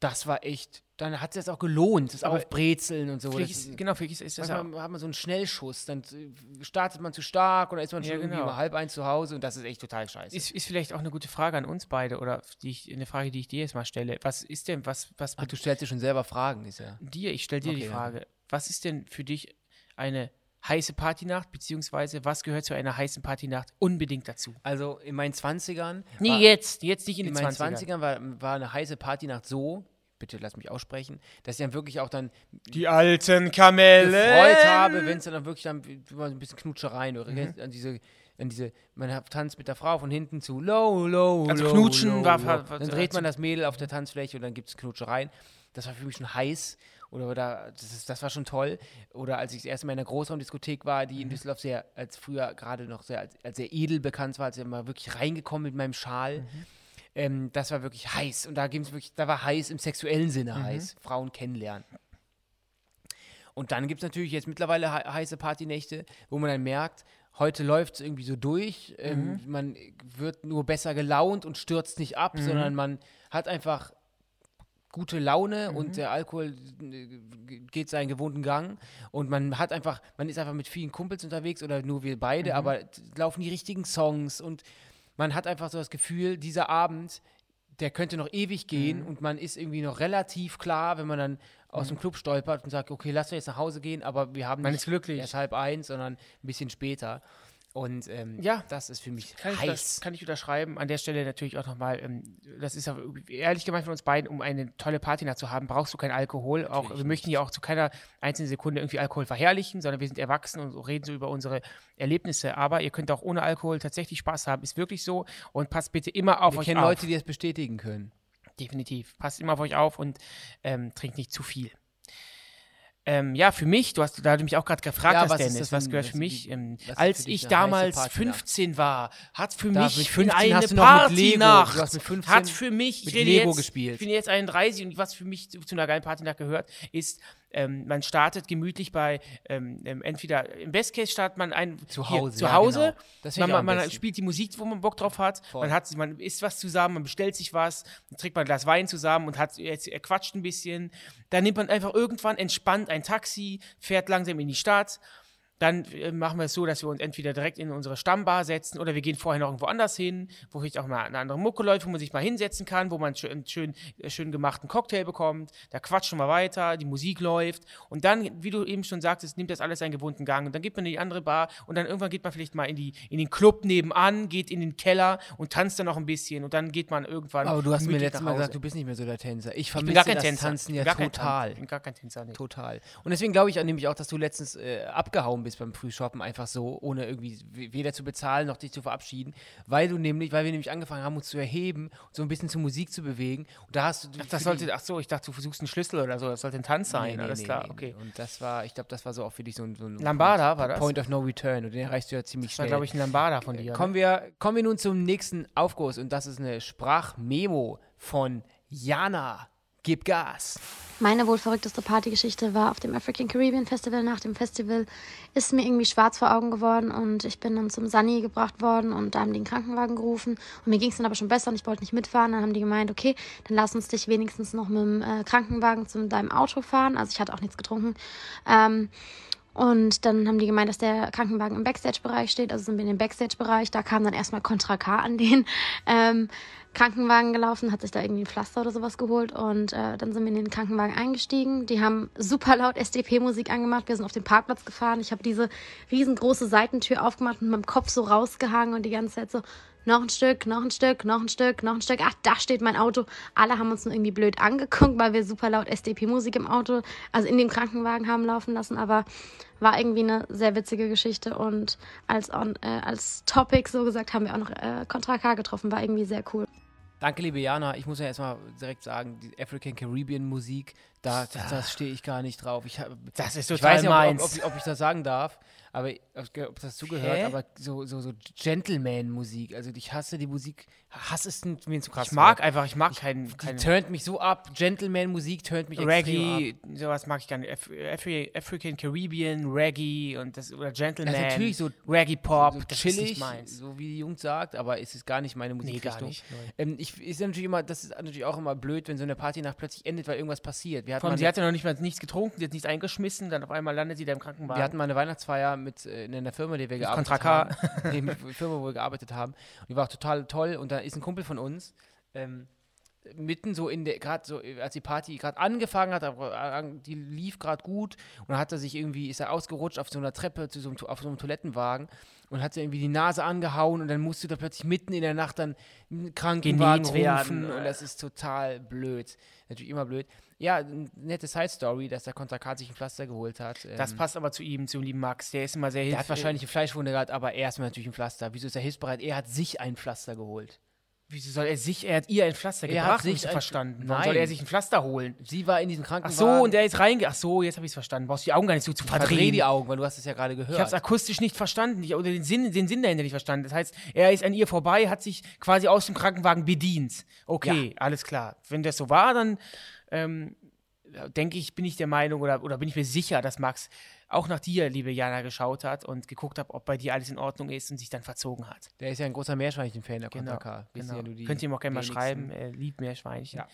Speaker 3: Das war echt, dann hat es jetzt auch gelohnt, das
Speaker 2: Aber
Speaker 3: auf Brezeln und so.
Speaker 2: vielleicht
Speaker 3: das-
Speaker 2: ist, genau, vielleicht ist, ist das auch.
Speaker 3: Manchmal hat man so einen Schnellschuss, dann äh, startet man zu stark oder ist man
Speaker 2: Ja,
Speaker 3: schon irgendwie
Speaker 2: genau.
Speaker 3: um halb eins zu Hause und das ist echt total scheiße.
Speaker 2: Ist, ist vielleicht auch eine gute Frage an uns beide oder die ich, eine Frage, die ich dir jetzt mal stelle. Was ist denn, was, was
Speaker 3: Ach, du stellst dir schon selber Fragen, ist ja.
Speaker 2: dir, ich stelle dir
Speaker 3: Okay,
Speaker 2: die
Speaker 3: ja.
Speaker 2: Frage, was ist denn für dich eine heiße Partynacht, beziehungsweise was gehört zu einer heißen Partynacht unbedingt dazu? Ah.
Speaker 3: Also in meinen 20ern.
Speaker 2: Nee,
Speaker 3: war,
Speaker 2: jetzt, jetzt nicht in,
Speaker 3: in
Speaker 2: den
Speaker 3: meinen
Speaker 2: 20ern.
Speaker 3: 20ern war, war eine heiße Partynacht so, bitte lass mich aussprechen, dass ich dann wirklich auch dann
Speaker 2: Die alten Kamelle.
Speaker 3: gefreut habe, wenn es dann auch wirklich dann so ein bisschen Knutschereien
Speaker 2: Mhm.
Speaker 3: oder an diese an diese man hat- tanzt mit der Frau von hinten zu low low
Speaker 2: Also
Speaker 3: low,
Speaker 2: knutschen
Speaker 3: low,
Speaker 2: war-
Speaker 3: low.
Speaker 2: war- war-
Speaker 3: dann dreht man das Mädel auf der Tanzfläche und dann gibt es Knutschereien. Das war für mich schon heiß oder da das, ist, das war schon toll oder als ich das erste Mal in der Großraumdiskothek war,
Speaker 2: Mhm.
Speaker 3: die in Düsseldorf sehr als früher gerade noch sehr als, als sehr edel bekannt war, als ich mal wirklich reingekommen mit meinem Schal.
Speaker 2: Mhm.
Speaker 3: Ähm, das war wirklich heiß und da ging's wirklich, da war heiß im sexuellen Sinne
Speaker 2: Mhm.
Speaker 3: heiß, Frauen kennenlernen. Und dann gibt es natürlich jetzt mittlerweile he heiße Partynächte, wo man dann merkt, heute läuft es irgendwie so durch, ähm, man wird nur besser gelaunt und stürzt nicht ab, sondern man hat einfach gute Laune
Speaker 2: Mhm.
Speaker 3: und der Alkohol äh, geht seinen gewohnten Gang und man hat einfach, man ist einfach mit vielen Kumpels unterwegs oder nur wir beide,
Speaker 2: Mhm.
Speaker 3: aber t- laufen die richtigen Songs und man hat einfach so das Gefühl, dieser Abend, der könnte noch ewig gehen
Speaker 2: Mhm.
Speaker 3: und man ist irgendwie noch relativ klar, wenn man dann aus dem Club stolpert und sagt, okay, lass uns jetzt nach Hause gehen, aber wir haben
Speaker 2: Man ist glücklich.
Speaker 3: erst halb eins, sondern ein bisschen später. Und ähm,
Speaker 2: Ja.
Speaker 3: das ist für mich
Speaker 2: kann ich, das,
Speaker 3: heiß.
Speaker 2: kann ich unterschreiben. An der Stelle natürlich auch nochmal, ähm, das ist ja ehrlich gemeint von uns beiden, um eine tolle Partynacht zu haben, brauchst du keinen Alkohol. auch wir möchten ja auch zu keiner einzelnen Sekunde irgendwie Alkohol verherrlichen, sondern wir sind erwachsen und so reden so über unsere Erlebnisse. Aber ihr könnt auch ohne Alkohol tatsächlich Spaß haben, ist wirklich so. Und passt bitte immer auf
Speaker 3: Wir
Speaker 2: euch
Speaker 3: kennen
Speaker 2: auf.
Speaker 3: Leute, die das bestätigen können.
Speaker 2: Definitiv. Passt immer auf euch auf und ähm, trinkt nicht zu viel. Ähm, ja, für mich, du hast, da du mich auch gerade gefragt
Speaker 3: Ja,
Speaker 2: hast,
Speaker 3: was ist
Speaker 2: Dennis,
Speaker 3: das
Speaker 2: was
Speaker 3: denn-
Speaker 2: gehört
Speaker 3: was-
Speaker 2: für mich?
Speaker 3: wie-
Speaker 2: Ähm,
Speaker 3: was ist
Speaker 2: als
Speaker 3: für dich
Speaker 2: ich
Speaker 3: eine heiße
Speaker 2: damals
Speaker 3: Partynacht?
Speaker 2: 15 war, hat für
Speaker 3: Da
Speaker 2: mich
Speaker 3: mit 15
Speaker 2: eine
Speaker 3: hast du noch mit Lego-
Speaker 2: Partynacht,
Speaker 3: du hast mit 15
Speaker 2: hat für mich, ich
Speaker 3: mit
Speaker 2: rede
Speaker 3: Lego
Speaker 2: jetzt,
Speaker 3: gespielt.
Speaker 2: Ich bin jetzt 31 und was für mich zu, zu einer geilen Partynacht gehört, ist, ähm, man startet gemütlich bei, ähm, ähm, entweder im Best Case startet man ein
Speaker 3: Zu
Speaker 2: hier,
Speaker 3: Hause,
Speaker 2: zu
Speaker 3: ja,
Speaker 2: Hause
Speaker 3: genau. Das find
Speaker 2: man,
Speaker 3: ich auch am
Speaker 2: man, man
Speaker 3: besten.
Speaker 2: spielt die Musik, wo man Bock drauf hat,
Speaker 3: Voll.
Speaker 2: man hat, man isst was zusammen, man bestellt sich was, dann trinkt man ein Glas Wein zusammen und hat, er quatscht ein bisschen, dann nimmt man einfach irgendwann entspannt ein Taxi, fährt langsam in die Stadt Dann äh, machen wir es so, dass wir uns entweder direkt in unsere Stammbar setzen oder wir gehen vorher noch irgendwo anders hin, wo vielleicht auch mal eine andere Mucke läuft, wo man sich mal hinsetzen kann, wo man schö- einen schön, äh, schön gemachten Cocktail bekommt. Da quatschen wir weiter, die Musik läuft. Und dann, wie du eben schon sagtest, nimmt das alles seinen gewohnten Gang. Und dann geht man in die andere Bar und dann irgendwann geht man vielleicht mal in, die, in den Club nebenan, geht in den Keller und tanzt dann noch ein bisschen. Und dann geht man irgendwann.
Speaker 3: Aber du hast mir
Speaker 2: gemütlich
Speaker 3: letztes
Speaker 2: nach
Speaker 3: Mal
Speaker 2: Hause.
Speaker 3: gesagt, du bist nicht mehr so der Tänzer. Ich
Speaker 2: ich bin
Speaker 3: vermisse
Speaker 2: gar kein
Speaker 3: das
Speaker 2: Tänzer.
Speaker 3: Tanzen
Speaker 2: ich
Speaker 3: ja
Speaker 2: bin gar kein Tan-
Speaker 3: total.
Speaker 2: Ich bin gar kein Tänzer. Nee.
Speaker 3: Total. Und deswegen glaube ich auch nämlich auch, dass du letztens äh, abgehauen bist beim Frühshoppen, einfach so, ohne irgendwie w- weder zu bezahlen noch dich zu verabschieden, weil du nämlich, weil wir nämlich angefangen haben, uns zu erheben, so ein bisschen zur Musik zu bewegen. Und da hast du.
Speaker 2: Ach, das sollte, ach so, ich dachte, du versuchst einen Schlüssel oder so. Das sollte ein Tanz sein. Alles klar, okay.
Speaker 3: Und das war, ich glaube, das war so auch für dich so ein. So ein
Speaker 2: Lambada
Speaker 3: Point,
Speaker 2: war das?
Speaker 3: Point of No Return. Und den erreichst du ja ziemlich
Speaker 2: Das war,
Speaker 3: schnell.
Speaker 2: glaube ich, ein Lambada von dir.
Speaker 3: kommen, wir, kommen wir nun zum nächsten Aufguss und das ist eine Sprachmemo von Jana. Gib Gas.
Speaker 5: Meine wohl verrückteste Partygeschichte war auf dem African Caribbean Festival. Nach dem Festival ist mir irgendwie schwarz vor Augen geworden und ich bin dann zum Sunny gebracht worden und da haben die einen Krankenwagen gerufen. Und mir ging es dann aber schon besser und ich wollte nicht mitfahren. Dann haben die gemeint, okay, dann lass uns dich wenigstens noch mit dem äh, Krankenwagen zu deinem Auto fahren. Also ich hatte auch nichts getrunken. Ähm, und dann haben die gemeint, dass der Krankenwagen im Backstage-Bereich steht. Also sind wir in den Backstage-Bereich. Da kam dann erstmal Contra K an den ähm, Krankenwagen gelaufen, hat sich da irgendwie ein Pflaster oder sowas geholt. Und äh, dann sind wir in den Krankenwagen eingestiegen. Die haben super laut SDP-Musik angemacht. Wir sind auf den Parkplatz gefahren. Ich habe diese riesengroße Seitentür aufgemacht und mit meinem Kopf so rausgehangen und die ganze Zeit so, noch ein Stück, noch ein Stück, noch ein Stück, noch ein Stück. Ach, da steht mein Auto. Alle haben uns nur irgendwie blöd angeguckt, weil wir super laut SDP-Musik im Auto, also in dem Krankenwagen haben laufen lassen. Aber war irgendwie eine sehr witzige Geschichte. Und als, on, äh, als Topic, so gesagt, haben wir auch noch äh, Contra K getroffen. War irgendwie sehr cool.
Speaker 3: Danke, liebe Jana. Ich muss ja erstmal direkt sagen, die African Caribbean Musik, da das, das stehe ich gar nicht drauf. Ich, hab-
Speaker 2: Das ist
Speaker 3: ich
Speaker 2: total
Speaker 3: weiß nicht, ob-
Speaker 2: meins.
Speaker 3: Ob, ob, ob ich das sagen darf, aber ob, ob das zugehört,
Speaker 2: Hä?
Speaker 3: aber so, so, so Gentleman Musik. Also ich hasse die Musik. Hass ist ein- mir ein zu krass.
Speaker 2: ich mag
Speaker 3: Wort.
Speaker 2: einfach, ich mag keinen.
Speaker 3: die
Speaker 2: keinen
Speaker 3: turnt mich so ab. Gentleman Musik turnt mich extrem ab.
Speaker 2: Reggae, sowas mag ich gar nicht. Af Afri African Caribbean, Reggae und das oder Gentleman.
Speaker 3: Ja, Also natürlich so-
Speaker 2: Reggae Pop,
Speaker 3: so
Speaker 2: das ist
Speaker 3: chillig,
Speaker 2: nicht meins.
Speaker 3: so wie die Jugend sagt, aber es ist gar nicht meine Musikrichtung.
Speaker 2: nicht, nein.
Speaker 3: ähm, ich ist natürlich immer, das ist natürlich auch immer blöd, wenn so eine Partynacht plötzlich endet, weil irgendwas passiert. Wir hatten
Speaker 2: Vor
Speaker 3: mal
Speaker 2: allem, sie
Speaker 3: eine-
Speaker 2: hat ja noch nicht mal nichts getrunken, sie hat nichts eingeschmissen, dann auf einmal landet sie da im Krankenwagen.
Speaker 3: Wir hatten mal eine Weihnachtsfeier mit äh, in einer Firma, die wir gearbeitet
Speaker 2: Contra
Speaker 3: haben.
Speaker 2: K.
Speaker 3: Nee, mit einer Firma, wo wir gearbeitet haben. Und die war auch total toll. Und da ist ein Kumpel von uns, ähm, mitten so in der, gerade so, äh, als die Party gerade angefangen hat, aber, äh, an- die lief gerade gut und dann hat er sich irgendwie, ist er ausgerutscht auf so einer Treppe zu so einem, To- auf so einem Toilettenwagen und hat sich irgendwie die Nase angehauen und dann musst du da plötzlich mitten in der Nacht dann einen Krankenwagen
Speaker 2: Genäht werden,
Speaker 3: rufen und
Speaker 2: äh.
Speaker 3: das ist total blöd. Natürlich immer blöd. Ja, n- nette Side-Story, dass der Konter K sich ein Pflaster geholt hat.
Speaker 2: das
Speaker 3: ähm,
Speaker 2: passt aber zu ihm, zum lieben Max. Der ist immer sehr
Speaker 3: der
Speaker 2: hilfreich.
Speaker 3: hat wahrscheinlich eine Fleischwunde gehabt, aber er ist mir natürlich ein Pflaster. Wieso ist er hilfsbereit? Er hat sich ein Pflaster geholt.
Speaker 2: Äh, Wieso soll er sich, er hat ihr ein Pflaster
Speaker 3: Er hat
Speaker 2: gebracht,
Speaker 3: sich
Speaker 2: nicht
Speaker 3: ein-
Speaker 2: verstanden. Warum
Speaker 3: Nein.
Speaker 2: soll er sich ein Pflaster holen?
Speaker 3: Sie war in diesem
Speaker 2: Ach
Speaker 3: Krankenwagen.
Speaker 2: so, und der ist reinge... Ach so, jetzt habe ich es verstanden. Brauchst du die Augen gar nicht so zu
Speaker 3: verdreh
Speaker 2: verdrehen.
Speaker 3: die Augen, weil du hast es ja gerade gehört.
Speaker 2: Ich habe es akustisch nicht verstanden, ich, oder den Sinn, den Sinn dahinter nicht verstanden. Das heißt, er ist an ihr vorbei, hat sich quasi aus dem Krankenwagen bedient. Okay, alles klar. Wenn das so war, dann ähm, denke ich, bin ich der Meinung oder, oder bin ich mir sicher, dass Max auch nach dir, liebe Jana, geschaut hat und geguckt hat, ob bei dir alles in Ordnung ist und sich dann verzogen hat.
Speaker 3: der ist ja ein großer Meerschweinchen-Fan, der
Speaker 2: Genau.
Speaker 3: Konter K. Wissen
Speaker 2: genau.
Speaker 3: ja nur die
Speaker 2: Könnt ihr ihm auch gerne mal
Speaker 3: wenigsten.
Speaker 2: schreiben, er liebt Meerschweinchen.
Speaker 3: Ja.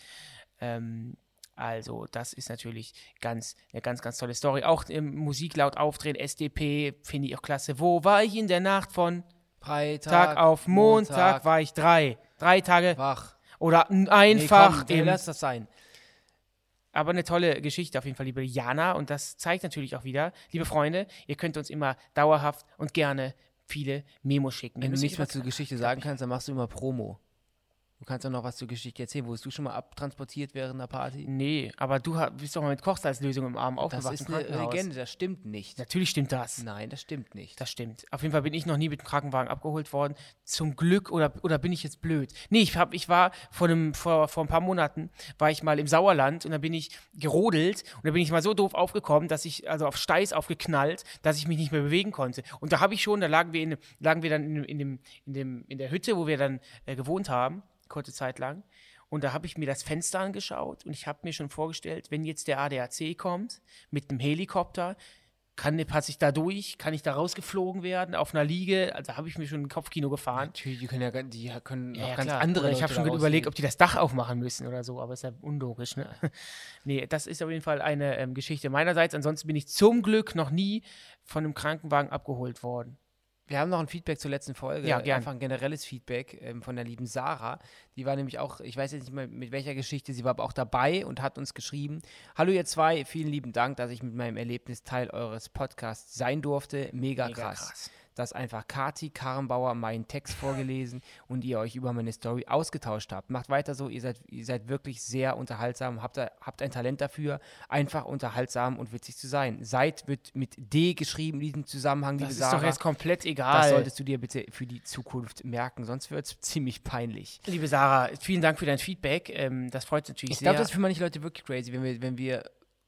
Speaker 2: Ähm, also, das ist natürlich ganz, eine ganz, ganz tolle Story. Auch im Musik laut aufdrehen, SDP, finde ich auch klasse. Wo war ich in der Nacht von
Speaker 3: Freitag,
Speaker 2: Tag auf Montag,
Speaker 3: Montag,
Speaker 2: war ich drei. Drei Tage
Speaker 3: wach.
Speaker 2: oder n-
Speaker 3: Nee,
Speaker 2: einfach
Speaker 3: komm, nee,
Speaker 2: im-
Speaker 3: lass das sein.
Speaker 2: aber eine tolle Geschichte auf jeden Fall, liebe Jana. Und das zeigt natürlich auch wieder, liebe Freunde, ihr könnt uns immer dauerhaft und gerne viele Memos schicken. Ihr
Speaker 3: Wenn du
Speaker 2: müsst
Speaker 3: nichts
Speaker 2: immer
Speaker 3: mehr zur Geschichte sagen kannst, dann machst du immer Promo. Du kannst ja noch was zur Geschichte erzählen. Wurdest du schon mal abtransportiert während der Party?
Speaker 2: Nee, aber du ha- bist doch mal mit Kochsalzlösung im Arm aufgewacht.
Speaker 3: Das ist
Speaker 2: im
Speaker 3: eine
Speaker 2: Krankenhaus.
Speaker 3: Legende, das stimmt nicht.
Speaker 2: Natürlich stimmt das.
Speaker 3: Nein, das stimmt nicht.
Speaker 2: Das stimmt. Auf jeden Fall bin ich noch nie mit dem Krankenwagen abgeholt worden. Zum Glück oder, oder bin ich jetzt blöd? Nee, ich, hab, ich war vor, einem, vor, vor ein paar Monaten, war ich mal im Sauerland und da bin ich gerodelt und da bin ich mal so doof aufgekommen, dass ich, also auf Steiß aufgeknallt, dass ich mich nicht mehr bewegen konnte. Und da habe ich schon, da lagen wir, in, lagen wir dann in, in, dem, in, dem, in der Hütte, wo wir dann äh, gewohnt haben, kurze Zeit lang. Und da habe ich mir das Fenster angeschaut und ich habe mir schon vorgestellt, wenn jetzt der ADAC kommt mit einem Helikopter, Kann, passe ich da durch? Kann ich da rausgeflogen werden? Auf einer Liege? Also habe ich mir schon ein Kopfkino gefahren.
Speaker 3: Natürlich, die können ja, gan- die können
Speaker 2: Ja,
Speaker 3: auch
Speaker 2: ja,
Speaker 3: ganz
Speaker 2: klar.
Speaker 3: andere.
Speaker 2: Oder ich habe
Speaker 3: Leute
Speaker 2: schon
Speaker 3: da
Speaker 2: überlegt,
Speaker 3: rausnehmen.
Speaker 2: ob die das Dach aufmachen müssen oder so, aber ist ja unlogisch. Ne? nee, das ist auf jeden Fall eine ähm, Geschichte meinerseits. Ansonsten bin ich zum Glück noch nie von einem Krankenwagen abgeholt worden.
Speaker 3: Wir haben noch ein Feedback zur letzten Folge.
Speaker 2: Ja, gern.
Speaker 3: Einfach ein generelles Feedback ähm, von der lieben Sarah. Die war nämlich auch, ich weiß jetzt nicht mehr mit welcher Geschichte, sie war aber auch dabei und hat uns geschrieben. Hallo ihr zwei, vielen lieben Dank, dass ich mit meinem Erlebnis Teil eures Podcasts sein durfte. Mega, krass. Dass einfach Kati Karrenbauer meinen Text vorgelesen und ihr euch über meine Story ausgetauscht habt. Macht weiter so, ihr seid, ihr seid wirklich sehr unterhaltsam, habt, da- habt ein Talent dafür, einfach unterhaltsam und witzig zu sein. Seid wird mit D geschrieben in diesem Zusammenhang, liebe
Speaker 2: Das ist
Speaker 3: Sarah.
Speaker 2: doch jetzt komplett
Speaker 3: Das
Speaker 2: egal.
Speaker 3: solltest du dir bitte für die Zukunft merken, sonst wird es ziemlich peinlich.
Speaker 2: Liebe Sarah, vielen Dank für dein Feedback. Ähm, das freut uns natürlich
Speaker 3: Ich
Speaker 2: sehr.
Speaker 3: glaube, das ist für manche Leute wirklich crazy, wenn wir, wenn wir,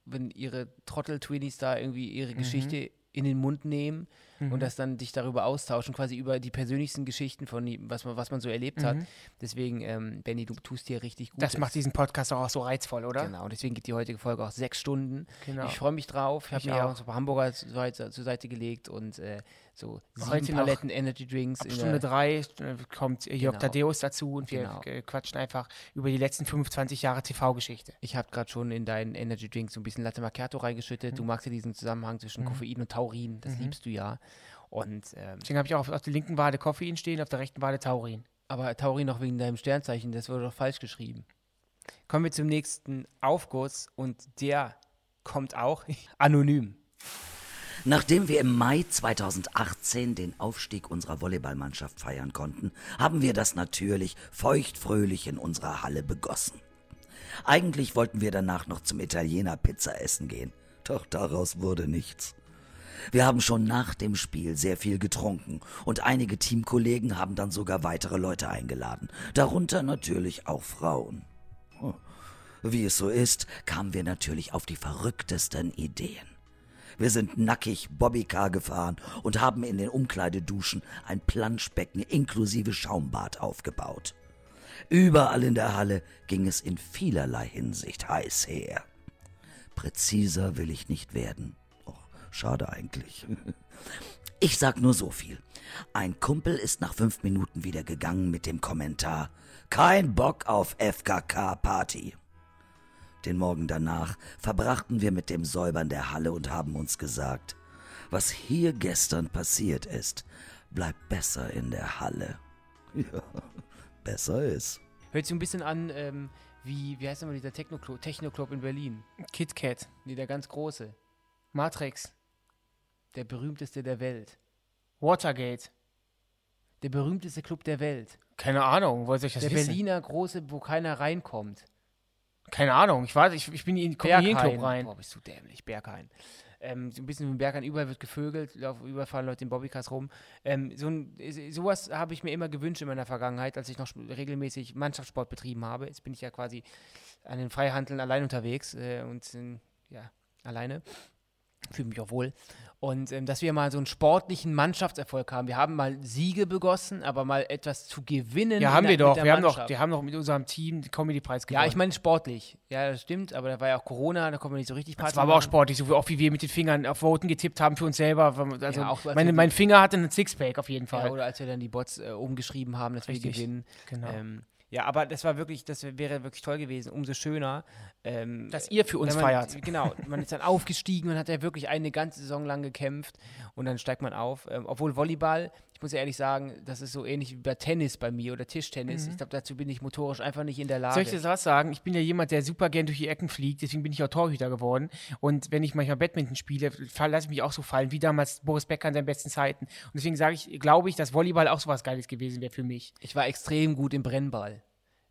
Speaker 3: wenn ihre Trottel-Twinnies da irgendwie ihre Geschichte in den Mund nehmen und das dann dich darüber austauschen, quasi über die persönlichsten Geschichten von die- was man, was man so erlebt hat. Deswegen, ähm, Benny, du tust dir richtig gut.
Speaker 2: das macht diesen Podcast auch, auch so reizvoll, oder?
Speaker 3: Genau, deswegen geht die heutige Folge auch sechs Stunden.
Speaker 2: Genau.
Speaker 3: Ich freue mich drauf. Ich
Speaker 2: Ich
Speaker 3: habe mir auch
Speaker 2: auch.
Speaker 3: so ein paar Hamburger zur Seite, zur Seite gelegt und äh, so sieben
Speaker 2: Heute noch
Speaker 3: Paletten Energy Drinks.
Speaker 2: Ab
Speaker 3: in
Speaker 2: Stunde
Speaker 3: der-
Speaker 2: drei äh, kommt Jörg
Speaker 3: Genau.
Speaker 2: Tadeus dazu und wir
Speaker 3: Genau.
Speaker 2: äh, quatschen einfach über die letzten 25 Jahre TV-Geschichte.
Speaker 3: Ich habe gerade schon in deinen Energy Drink so ein bisschen Latte Macchiato reingeschüttet. Du magst ja diesen Zusammenhang zwischen Koffein und Taurin. Das liebst du ja. Und ähm,
Speaker 2: Deswegen habe ich auch auf, auf der linken Wade Koffein stehen, auf der rechten Wade Taurin.
Speaker 3: aber Taurin noch wegen deinem Sternzeichen, das wurde doch falsch geschrieben. Kommen wir zum nächsten Aufguss und der kommt auch anonym.
Speaker 4: Nachdem wir im Mai 2018 den Aufstieg unserer Volleyballmannschaft feiern konnten, haben wir das natürlich feuchtfröhlich in unserer Halle begossen. Eigentlich wollten wir danach noch zum Italiener Pizza essen gehen, doch daraus wurde nichts. Wir haben schon nach dem Spiel sehr viel getrunken und einige Teamkollegen haben dann sogar weitere Leute eingeladen, darunter natürlich auch Frauen. Hm. Wie es so ist, kamen wir natürlich auf die verrücktesten Ideen. Wir sind nackig Bobbycar gefahren und haben in den Umkleideduschen ein Planschbecken inklusive Schaumbad aufgebaut. Überall in der Halle ging es in vielerlei Hinsicht heiß her. Präziser will ich nicht werden. Och, schade eigentlich. Ich sag nur so viel. Ein Kumpel ist nach fünf Minuten wieder gegangen mit dem Kommentar: Kein Bock auf FKK-Party. Den Morgen danach verbrachten wir mit dem Säubern der Halle und haben uns gesagt, was hier gestern passiert ist, bleibt besser in der Halle. Ja, besser ist.
Speaker 3: Hört sich ein bisschen an, ähm, wie, wie heißt nochmal dieser Techno-Club Techno -Club in Berlin?
Speaker 2: KitKat,
Speaker 3: Nee, der ganz große.
Speaker 2: Matrix,
Speaker 3: Der berühmteste der Welt.
Speaker 2: Watergate.
Speaker 3: Der berühmteste Club der Welt.
Speaker 2: Keine Ahnung, wollt ihr euch das
Speaker 3: Der
Speaker 2: wissen?
Speaker 3: Berliner große, wo keiner reinkommt.
Speaker 2: Keine Ahnung, ich warte, ich, ich bin in komm in den Club rein.
Speaker 3: Boah, bist du dämlich, Berghain. Ähm, so ein bisschen im Berghain, überall wird gevögelt, lauf, überfahren Leute in Bobbycars rum. Ähm, so ein, sowas habe ich mir immer gewünscht in meiner Vergangenheit, als ich noch sp- regelmäßig Mannschaftssport betrieben habe. Jetzt bin ich ja quasi an den Freihandeln allein unterwegs äh, und äh, ja, alleine. Fühle mich auch wohl. Und ähm, dass wir mal so einen sportlichen Mannschaftserfolg haben. Wir haben mal Siege begossen, aber mal etwas zu gewinnen.
Speaker 2: Ja,
Speaker 3: in
Speaker 2: haben
Speaker 3: der-
Speaker 2: wir
Speaker 3: mit
Speaker 2: doch.
Speaker 3: der
Speaker 2: Wir haben doch,
Speaker 3: Mannschaft.
Speaker 2: wir haben doch mit unserem Team den Comedy-Preis gewonnen.
Speaker 3: Ja, ich meine sportlich. Ja, das stimmt, aber da war ja auch Corona, da konnte man nicht so richtig Party
Speaker 2: das war aber auch
Speaker 3: machen.
Speaker 2: sportlich, so wie oft wie wir mit den Fingern auf Voten getippt haben für uns selber. weil- Also
Speaker 3: Ja, auch als wir
Speaker 2: meine,
Speaker 3: die-
Speaker 2: mein Finger hatte einen Sixpack auf jeden Fall.
Speaker 3: Ja, oder als wir dann die Bots äh, umgeschrieben haben, dass
Speaker 2: Richtig,
Speaker 3: wir gewinnen.
Speaker 2: genau.
Speaker 3: Ähm, ja, aber das war wirklich, das wäre wirklich toll gewesen. Umso schöner. Ähm,
Speaker 2: Dass ihr für uns
Speaker 3: wenn man,
Speaker 2: feiert.
Speaker 3: Genau, man ist dann aufgestiegen, man hat ja wirklich eine ganze Saison lang gekämpft und dann steigt man auf. Ähm, obwohl Volleyball, ich muss ja ehrlich sagen, das ist so ähnlich wie bei Tennis bei mir oder Tischtennis. Ich glaube, dazu bin ich motorisch einfach nicht in der Lage.
Speaker 2: Soll ich dir was sagen? Ich bin ja jemand, der super gern durch die Ecken fliegt, deswegen bin ich auch Torhüter geworden. Und wenn ich manchmal Badminton spiele, fall- lasse ich mich auch so fallen, wie damals Boris Becker in seinen besten Zeiten. Und deswegen sage ich, glaube ich, dass Volleyball auch sowas Geiles gewesen wäre für mich.
Speaker 3: Ich war extrem gut im Brennball.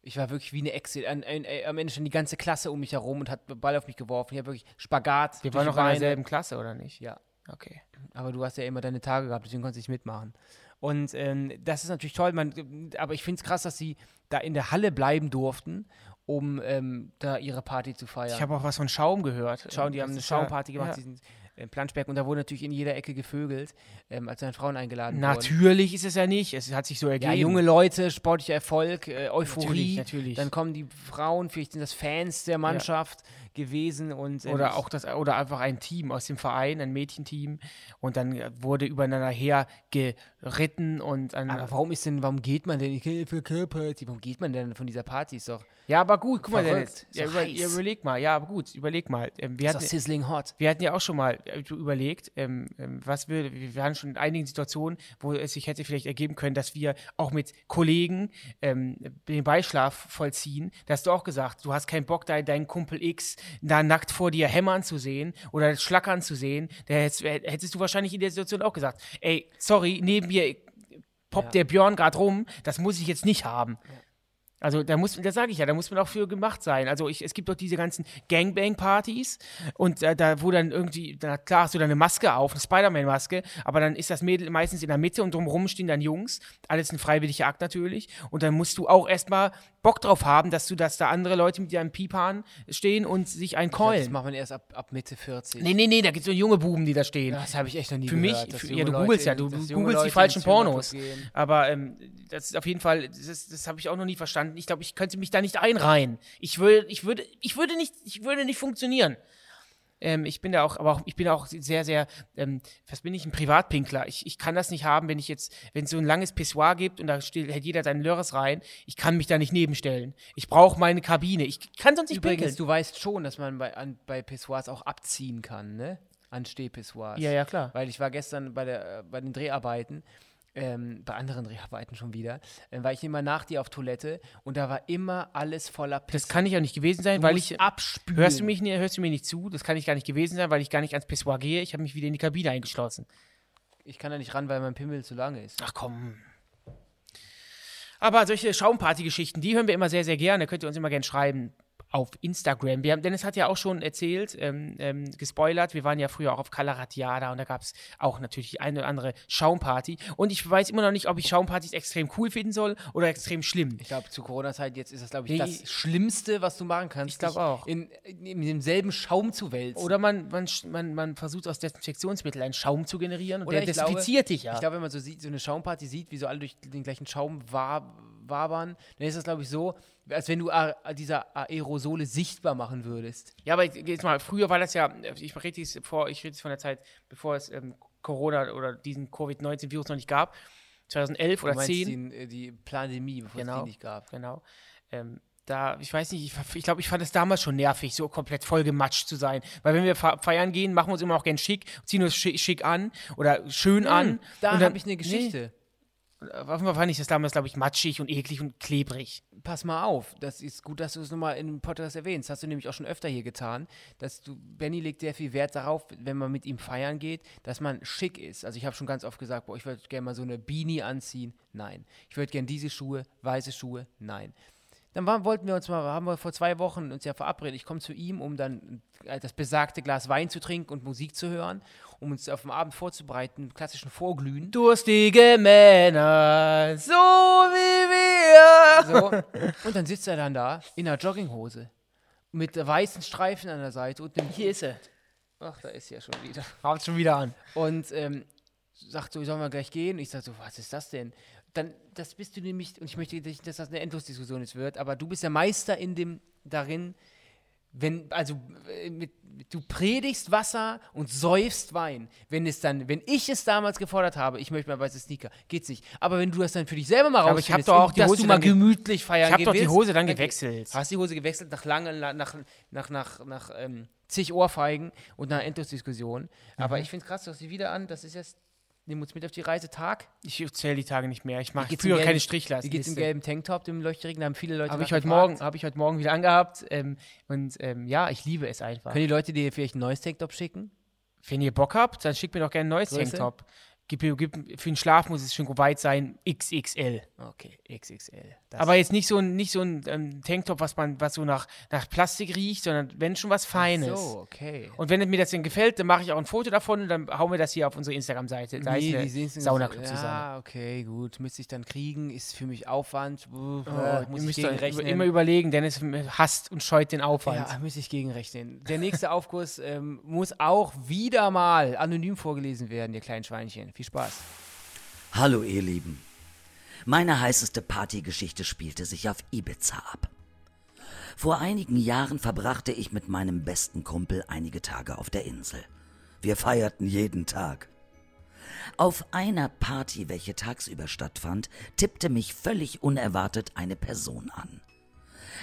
Speaker 3: Ich war wirklich wie eine Exit. An, ein, äh, am Ende stand die ganze Klasse um mich herum und hat Ball auf mich geworfen. Ich habe wirklich Spagat.
Speaker 2: Wir
Speaker 3: durch
Speaker 2: waren
Speaker 3: die
Speaker 2: noch in
Speaker 3: Beine.
Speaker 2: derselben Klasse, oder nicht?
Speaker 3: Ja,
Speaker 2: Okay.
Speaker 3: aber du hast ja immer deine Tage gehabt, deswegen konntest du nicht mitmachen. Und ähm, das ist natürlich toll. Man, aber ich finde es krass, dass sie da in der Halle bleiben durften, um ähm, da ihre Party zu feiern. Ähm,
Speaker 2: Ich habe auch was von Schaum gehört.
Speaker 3: Schauen, die
Speaker 2: Das
Speaker 3: haben eine
Speaker 2: ist ja-
Speaker 3: Schaumparty gemacht,
Speaker 2: Ja.
Speaker 3: diesen äh, Planschberg. Und da wurde natürlich in jeder Ecke gevögelt, ähm, als dann Frauen eingeladen wurden.
Speaker 2: Natürlich ist es ja nicht. Es hat sich so ergeben.
Speaker 3: Ja, junge Leute, sportlicher Erfolg, äh, Euphorie.
Speaker 2: Natürlich, natürlich.
Speaker 3: Dann kommen die Frauen, vielleicht sind das Fans der Mannschaft, gewesen und ähm,
Speaker 2: Oder auch das, oder einfach ein Team aus dem Verein, ein Mädchenteam. Und dann äh, wurde übereinander her geritten und an,
Speaker 3: Aber warum ist denn, warum geht man denn? Ich gehe für Kirpelty. Warum geht man denn von dieser Party? Ist doch,
Speaker 2: Ja, aber gut, guck mal,
Speaker 3: Verrückt.
Speaker 2: Dennis. Ja,
Speaker 3: So
Speaker 2: über,
Speaker 3: heiß.
Speaker 2: ja, überleg mal, ja, aber gut, überleg mal. Ähm, wir,
Speaker 3: ist doch
Speaker 2: hatten,
Speaker 3: sizzling hot.
Speaker 2: wir hatten ja auch schon mal äh, überlegt, ähm, ähm, was wir, wir waren schon in einigen Situationen, wo es sich hätte vielleicht ergeben können, dass wir auch mit Kollegen ähm, den Beischlaf vollziehen. Da hast du auch gesagt, du hast keinen Bock, da, deinen Kumpel X da nackt vor dir hämmern zu sehen oder schlackern zu sehen. Da hättest, äh, hättest du wahrscheinlich in der Situation auch gesagt, ey, sorry, neben mir poppt der Björn gerade rum, das muss ich jetzt nicht haben. Also da muss, das sage ich ja, da muss man auch für gemacht sein. Also ich, es gibt doch diese ganzen Gangbang-Partys und äh, da wo dann irgendwie, na klar hast du da eine Maske auf, eine Spider-Man-Maske, aber dann ist das Mädel meistens in der Mitte und drumherum stehen dann Jungs. Alles ein freiwilliger Akt natürlich. Und dann musst du auch erstmal Bock drauf haben, dass du, dass da andere Leute mit ihrem Pipan stehen und sich einen
Speaker 3: Das
Speaker 2: keulen.
Speaker 3: macht man erst ab, ab Mitte 40.
Speaker 2: Nee, nee, nee, da gibt's so junge Buben, die da stehen.
Speaker 3: Das habe ich echt noch nie
Speaker 2: Für mich,
Speaker 3: gehört. dass
Speaker 2: für,
Speaker 3: junge
Speaker 2: ja, du
Speaker 3: Leute
Speaker 2: googelst ja,
Speaker 3: in-
Speaker 2: du,
Speaker 3: dass
Speaker 2: du
Speaker 3: junge
Speaker 2: googelst
Speaker 3: Leute
Speaker 2: die
Speaker 3: ins
Speaker 2: falschen
Speaker 3: Swingerclub
Speaker 2: Pornos.
Speaker 3: gehen.
Speaker 2: Aber ähm, das ist auf jeden Fall, das, das habe ich auch noch nie verstanden. Ich glaube, ich könnte mich da nicht einreihen. Ich würde, ich würde, ich würde nicht, ich würde nicht funktionieren. Ähm, ich bin da auch, aber auch, ich bin auch sehr, sehr, ähm, was bin ich, ein Privatpinkler. Ich, ich kann das nicht haben, wenn ich jetzt, wenn es so ein langes Pissoir gibt und da steht, hält jeder seinen Lörres rein. Ich kann mich da nicht nebenstellen. Ich brauche meine Kabine. Ich kann sonst nicht
Speaker 3: Übrigens,
Speaker 2: pinkeln.
Speaker 3: du weißt schon, dass man bei, an, bei Pissoirs auch abziehen kann, ne? An Stehpissoirs.
Speaker 2: Ja, ja, klar.
Speaker 3: Weil ich war gestern bei, der, äh, bei den Dreharbeiten, ähm, bei anderen Dreharbeiten schon wieder, äh, war ich immer nach dir auf Toilette und da war immer alles voller Piss.
Speaker 2: Das kann ich auch nicht gewesen sein, weil
Speaker 3: musst
Speaker 2: ich äh,
Speaker 3: abspülen.
Speaker 2: Hörst du mich nie- hörst du mir nicht zu? Das kann ich gar nicht gewesen sein, weil ich gar nicht ans Pissoir gehe. Ich habe mich wieder in die Kabine eingeschlossen.
Speaker 3: Ich kann da nicht ran, weil mein Pimmel zu lange ist.
Speaker 2: Ach komm. Aber solche Schaumparty-Geschichten, die hören wir immer sehr, sehr gerne. Könnt ihr uns immer gerne schreiben auf Instagram. Wir haben, Dennis hat ja auch schon erzählt, ähm, ähm, gespoilert, wir waren ja früher auch auf Calaratiada und da gab es auch natürlich die eine oder andere Schaumparty. Und ich weiß immer noch nicht, ob ich Schaumpartys extrem cool finden soll oder extrem schlimm.
Speaker 3: Ich glaube, zu Corona-Zeit jetzt ist das, glaube ich,
Speaker 2: Nee,
Speaker 3: das
Speaker 2: ich-
Speaker 3: Schlimmste, was du machen kannst.
Speaker 2: Ich glaub
Speaker 3: dich
Speaker 2: auch.
Speaker 3: In, in demselben Schaum zu wälzen.
Speaker 2: Oder man, man, sch- man, man versucht aus Desinfektionsmittel einen Schaum zu generieren und
Speaker 3: Oder
Speaker 2: der
Speaker 3: ich glaube-
Speaker 2: desinfiziert dich ja.
Speaker 3: Ich glaube, wenn man so sieht, so eine Schaumparty sieht, wie so alle durch den gleichen Schaum wa- wabern, dann ist das, glaube ich, so, als wenn du a- dieser Aerosole sichtbar machen würdest.
Speaker 2: Ja, aber jetzt mal, früher war das ja, ich rede jetzt vor, ich rede jetzt von der Zeit, bevor es ähm, Corona oder diesen Covid-19-Virus noch nicht gab, 2011 oder
Speaker 3: du meinst
Speaker 2: 10.
Speaker 3: den, äh, die Pandemie, bevor es
Speaker 2: Genau.
Speaker 3: die nicht gab.
Speaker 2: Genau. Ähm, da, ich weiß nicht, ich, ich glaube, ich fand es damals schon nervig, so komplett vollgematscht zu sein. Weil wenn wir fe- feiern gehen, machen wir uns immer auch gern schick, ziehen uns schick, schick an oder schön an.
Speaker 3: Hm,
Speaker 2: Hm.
Speaker 3: Da
Speaker 2: Und dann-
Speaker 3: habe ich eine Geschichte.
Speaker 2: Nee, auf jeden Fall fand ich das damals, glaube ich, matschig und eklig und klebrig.
Speaker 3: Pass mal auf, das ist gut, dass du es nochmal im Podcast erwähnst. Hast du nämlich auch schon öfter hier getan, dass du, Benny legt sehr viel Wert darauf, wenn man mit ihm feiern geht, dass man schick ist. Also ich habe schon ganz oft gesagt, boah, ich würde gerne mal so eine Beanie anziehen. Nein. Ich würde gerne diese Schuhe, weiße Schuhe. Nein. Dann waren, wollten wir uns mal, haben wir vor zwei Wochen uns ja verabredet. Ich komme zu ihm, um dann äh, das besagte Glas Wein zu trinken und Musik zu hören, um uns auf den Abend vorzubereiten, mit klassischen Vorglühen.
Speaker 2: Durstige Männer, so wie wir.
Speaker 3: So. Und dann sitzt er dann da in einer Jogginghose mit weißen Streifen an der Seite und einem
Speaker 2: Hier ist er.
Speaker 3: Ach, da ist sie ja schon wieder.
Speaker 2: Haut schon wieder an.
Speaker 3: Und ähm, sagt so, sollen wir gleich gehen? Ich sage so, was ist das denn? Dann, das bist du nämlich, und ich möchte nicht, dass das eine Endlosdiskussion jetzt wird, aber du bist der Meister in dem, darin, wenn, also, äh, mit, du predigst Wasser und säufst Wein. Wenn es dann, wenn ich es damals gefordert habe, ich möchte mal weiße Sneaker, geht's nicht. Aber wenn du das dann für dich selber mal
Speaker 2: Aber ich hab
Speaker 3: rausfindest,
Speaker 2: doch auch
Speaker 3: und
Speaker 2: die
Speaker 3: dass
Speaker 2: Hose
Speaker 3: du mal
Speaker 2: dann ge-
Speaker 3: gemütlich feiern
Speaker 2: Ich hab
Speaker 3: gehen
Speaker 2: doch die
Speaker 3: willst,
Speaker 2: Hose dann
Speaker 3: ge-
Speaker 2: gewechselt.
Speaker 3: Hast die Hose gewechselt nach langen, la- nach, nach, nach, nach ähm, zig Ohrfeigen und einer Endlosdiskussion. Aber ich finde krass, du hast sie wieder an. Das ist jetzt, nehmen wir uns mit auf die Reise Tag.
Speaker 2: Ich zähle die Tage nicht mehr. Ich mache
Speaker 3: geht's
Speaker 2: früher
Speaker 3: im gelben-
Speaker 2: keine Strichleiste.
Speaker 3: Wie geht's im gelben Tanktop, dem leuchtigen? Da haben viele Leute. Ah.
Speaker 2: Habe ich heute
Speaker 3: nachgefragt.
Speaker 2: Morgen, habe ich heute Morgen wieder angehabt. Ähm, und ähm, ja, ich liebe es einfach.
Speaker 3: Können die Leute dir vielleicht ein neues Tanktop schicken?
Speaker 2: Wenn ihr Bock habt, dann schickt mir doch gerne ein neues
Speaker 3: Größe?
Speaker 2: Tanktop. Gib, mir- gib, für den Schlaf muss es schon weit sein, XXL.
Speaker 3: Okay, XXL. Das
Speaker 2: Aber jetzt nicht so ein, nicht so ein ähm, Tanktop, was man, was so nach, nach Plastik riecht, sondern wenn schon was Feines.
Speaker 3: So, okay.
Speaker 2: Und wenn mir das denn gefällt, dann mache ich auch ein Foto davon und dann hauen wir das hier auf unsere Instagram-Seite. Da
Speaker 3: Nee, die
Speaker 2: ist eine
Speaker 3: sehen's in-
Speaker 2: Saunaclub
Speaker 3: ja,
Speaker 2: zusammen.
Speaker 3: okay, gut. Müsste ich dann kriegen, ist für mich Aufwand. Uff,
Speaker 2: Oh,
Speaker 3: äh,
Speaker 2: ihr müsst
Speaker 3: gegen
Speaker 2: doch
Speaker 3: rechnen.
Speaker 2: immer überlegen, Dennis hasst und scheut den Aufwand.
Speaker 3: Ja, müsste ich gegenrechnen. Der nächste Aufguss ähm, muss auch wieder mal anonym vorgelesen werden, ihr kleinen Schweinchen. Viel Spaß.
Speaker 4: Hallo ihr Lieben. Meine heißeste Partygeschichte spielte sich auf Ibiza ab. Vor einigen Jahren verbrachte ich mit meinem besten Kumpel einige Tage auf der Insel. Wir feierten jeden Tag. Auf einer Party, welche tagsüber stattfand, tippte mich völlig unerwartet eine Person an.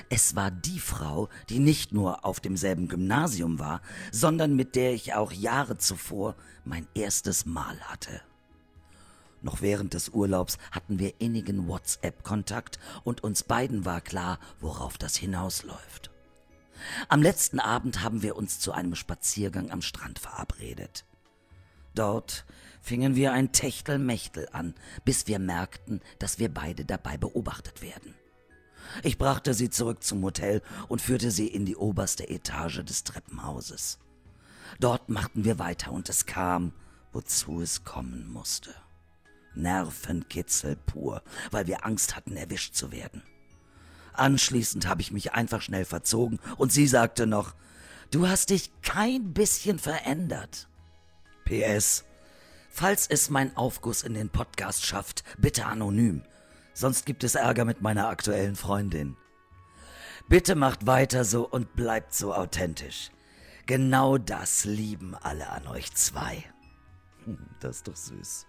Speaker 4: Es war die Frau, die nicht nur auf demselben Gymnasium war, sondern mit der ich auch Jahre zuvor mein erstes Mal hatte. Noch während des Urlaubs hatten wir innigen WhatsApp-Kontakt und uns beiden war klar, worauf das hinausläuft. Am letzten Abend haben wir uns zu einem Spaziergang am Strand verabredet. Dort fingen wir ein Techtelmechtel an, bis wir merkten, dass wir beide dabei beobachtet werden. Ich brachte sie zurück zum Hotel und führte sie in die oberste Etage des Treppenhauses. Dort machten wir weiter und es kam, wozu es kommen musste. Nervenkitzel pur, weil wir Angst hatten, erwischt zu werden. Anschließend habe ich mich einfach schnell verzogen und sie sagte noch, du hast dich kein bisschen verändert. PS, falls es mein Aufguss in den Podcast schafft, bitte anonym. Sonst gibt es Ärger mit meiner aktuellen Freundin. Bitte macht weiter so und bleibt so authentisch. Genau das lieben alle an euch zwei. Hm, Das ist doch süß.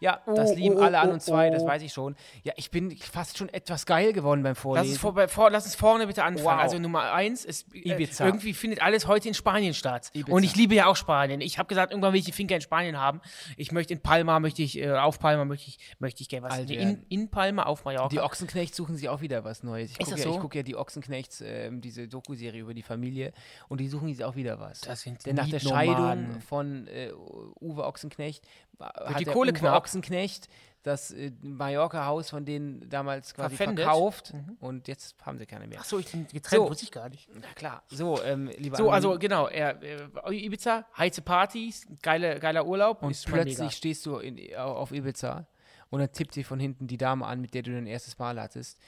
Speaker 3: Ja, das
Speaker 2: Oh,
Speaker 3: lieben
Speaker 2: oh,
Speaker 3: alle
Speaker 2: oh,
Speaker 3: an uns zwei,
Speaker 2: oh,
Speaker 3: das
Speaker 2: oh.
Speaker 3: weiß ich schon. Ja, ich bin fast schon etwas geil geworden beim
Speaker 2: Lass
Speaker 3: Vorlesen.
Speaker 2: uns, vorbei, vor, lass uns vorne bitte anfangen.
Speaker 3: Wow.
Speaker 2: Also Nummer eins ist äh,
Speaker 3: Ibiza.
Speaker 2: Irgendwie findet alles heute in Spanien statt.
Speaker 3: Ibiza.
Speaker 2: Und ich liebe ja auch Spanien. Ich habe gesagt, irgendwann will ich die Finca in Spanien haben. Ich möchte in Palma, möchte ich äh, auf Palma, möchte ich, möchte ich gerne was.
Speaker 3: Alt
Speaker 2: Nee,
Speaker 3: werden.
Speaker 2: in, in Palma auf Mallorca.
Speaker 3: Die Ochsenknechts suchen sich auch wieder was Neues. Ich
Speaker 2: Ist
Speaker 3: gucke
Speaker 2: das
Speaker 3: ja,
Speaker 2: so?
Speaker 3: ich guck ja die Ochsenknechts, ähm, diese Dokuserie über die Familie, und die suchen sich auch wieder was.
Speaker 2: Das sind
Speaker 3: Denn nach der
Speaker 2: Nietnomaden.
Speaker 3: Scheidung von äh, Uwe Ochsenknecht war- hat
Speaker 2: die
Speaker 3: der
Speaker 2: Kohle
Speaker 3: Uwe
Speaker 2: knapp.
Speaker 3: Ochsenknecht das äh, Mallorca-Haus von denen damals quasi
Speaker 2: Verpfändet.
Speaker 3: verkauft und jetzt haben sie keine mehr.
Speaker 2: Ach so, ich bin getrennt,
Speaker 3: So.
Speaker 2: wusste ich gar nicht.
Speaker 3: Na klar. So, ähm, lieber
Speaker 2: So,
Speaker 3: Anonym,
Speaker 2: also genau, er, äh, Ibiza, heiße Partys, geile, geiler Urlaub.
Speaker 3: und
Speaker 2: ist schon mal
Speaker 3: plötzlich
Speaker 2: mega.
Speaker 3: stehst du in, au- auf Ibiza und dann tippt dir von hinten die Dame an, mit der du dein erstes Mal hattest.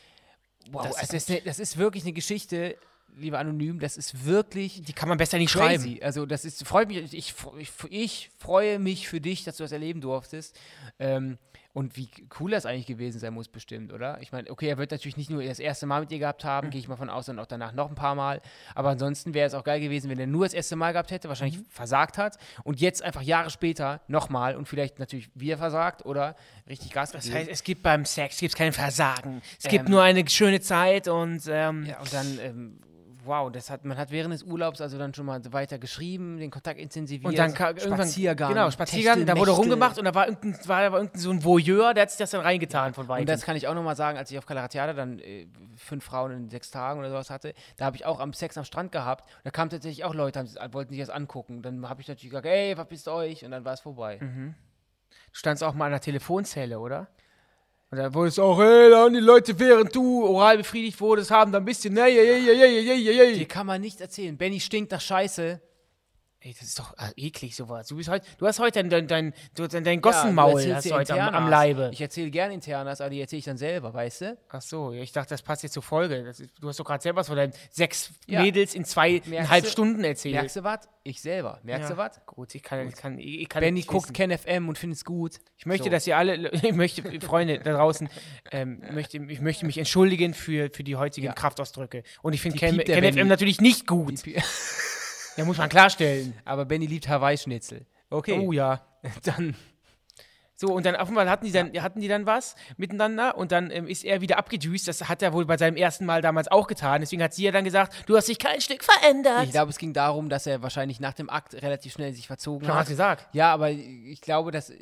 Speaker 3: Wow, das,
Speaker 2: Das
Speaker 3: also ist, ne- das ist wirklich eine Geschichte, lieber Anonym, das ist wirklich
Speaker 2: Die kann man besser nicht schreiben.
Speaker 3: crazy. Also das ist, freut mich, ich, fr- ich, fr- ich freue mich für dich, dass du das erleben durftest. Ähm, und wie cool das eigentlich gewesen sein muss, bestimmt, oder? Ich meine, okay, er wird natürlich nicht nur das erste Mal mit ihr gehabt haben, gehe ich mal von aus, sondern auch danach noch ein paar Mal. Aber ansonsten wäre es auch geil gewesen, wenn er nur das erste Mal gehabt hätte, wahrscheinlich
Speaker 2: Mhm.
Speaker 3: versagt hat und jetzt einfach Jahre später nochmal und vielleicht natürlich wieder versagt oder richtig Gas
Speaker 2: Das
Speaker 3: gegeben.
Speaker 2: heißt, es gibt beim Sex gibt's kein Versagen. Es gibt
Speaker 3: Ähm.
Speaker 2: nur eine schöne Zeit und ähm,
Speaker 3: Ja, und dann, ähm, wow, das hat, man hat während des Urlaubs also dann schon mal weiter geschrieben, den Kontakt intensiviert.
Speaker 2: Und dann kam irgendwann
Speaker 3: Spaziergang.
Speaker 2: Genau, Spaziergang, da wurde rumgemacht und da war irgendein, war, da war irgendein so ein Voyeur, der hat sich das dann reingetan von weitem.
Speaker 3: Und das kann ich auch nochmal sagen, als ich auf Calaratiada dann äh, fünf Frauen in sechs Tagen oder sowas hatte, da habe ich auch am Sex am Strand gehabt. Und da kamen tatsächlich auch Leute, haben, sich- äh, wollten sich das angucken. Dann habe ich natürlich gesagt, ey, verpisst euch? Und dann war es vorbei.
Speaker 2: Mhm. standst auch mal an der Telefonzelle, oder? Und da wurde es auch, hey, da haben die Leute, während du oral befriedigt wurdest, haben da ein bisschen, ne, je, je, je, je, je, je, je,
Speaker 3: Dir
Speaker 2: je.
Speaker 3: kann man nichts erzählen. Benny stinkt nach Scheiße.
Speaker 2: Ey, das ist doch ah, eklig sowas. Du bist heute, du hast heute dein, dein, dein, du- dein, dein Gossenmaul
Speaker 3: erzählst
Speaker 2: hast
Speaker 3: dir
Speaker 2: du heute am,
Speaker 3: Internas.
Speaker 2: am Leibe.
Speaker 3: Ich erzähle gerne Internas, aber die erzähle ich dann selber, weißt du?
Speaker 2: Ach so, ja, ich dachte, das passt jetzt zur Folge. Das ist, du hast doch gerade selber was von deinen sechs
Speaker 3: Ja.
Speaker 2: Mädels in zweieinhalb
Speaker 3: Merkst du-
Speaker 2: Stunden erzählt.
Speaker 3: Merkst du was? Ich selber. Merkst
Speaker 2: Ja.
Speaker 3: du was?
Speaker 2: Gut, ich kann, ich kann, ich kann
Speaker 3: Benny
Speaker 2: nicht
Speaker 3: guckt
Speaker 2: wissen.
Speaker 3: Ken FM und findet es gut.
Speaker 2: Ich möchte,
Speaker 3: So.
Speaker 2: dass ihr alle, ich möchte, Freunde da draußen, ähm, möchte, ich möchte mich entschuldigen für, für die heutigen
Speaker 3: Ja.
Speaker 2: Kraftausdrücke. Und ich finde
Speaker 3: Die
Speaker 2: Ken,
Speaker 3: piept der
Speaker 2: Ken FM
Speaker 3: Benny.
Speaker 2: natürlich nicht gut. Da muss man klarstellen.
Speaker 3: Aber Benny liebt Hawaii-Schnitzel. Okay.
Speaker 2: Oh ja.
Speaker 3: Dann
Speaker 2: So, und dann offenbar hatten die dann, hatten die dann was miteinander und dann ähm, ist er wieder abgedüst. Das hat er wohl bei seinem ersten Mal damals auch getan. Deswegen hat sie ja dann gesagt, du hast dich kein Stück verändert.
Speaker 3: Ich glaube, es ging darum, dass er wahrscheinlich nach dem Akt relativ schnell sich verzogen
Speaker 2: Schon
Speaker 3: hat.
Speaker 2: hat's gesagt.
Speaker 3: Ja, aber ich glaube, dass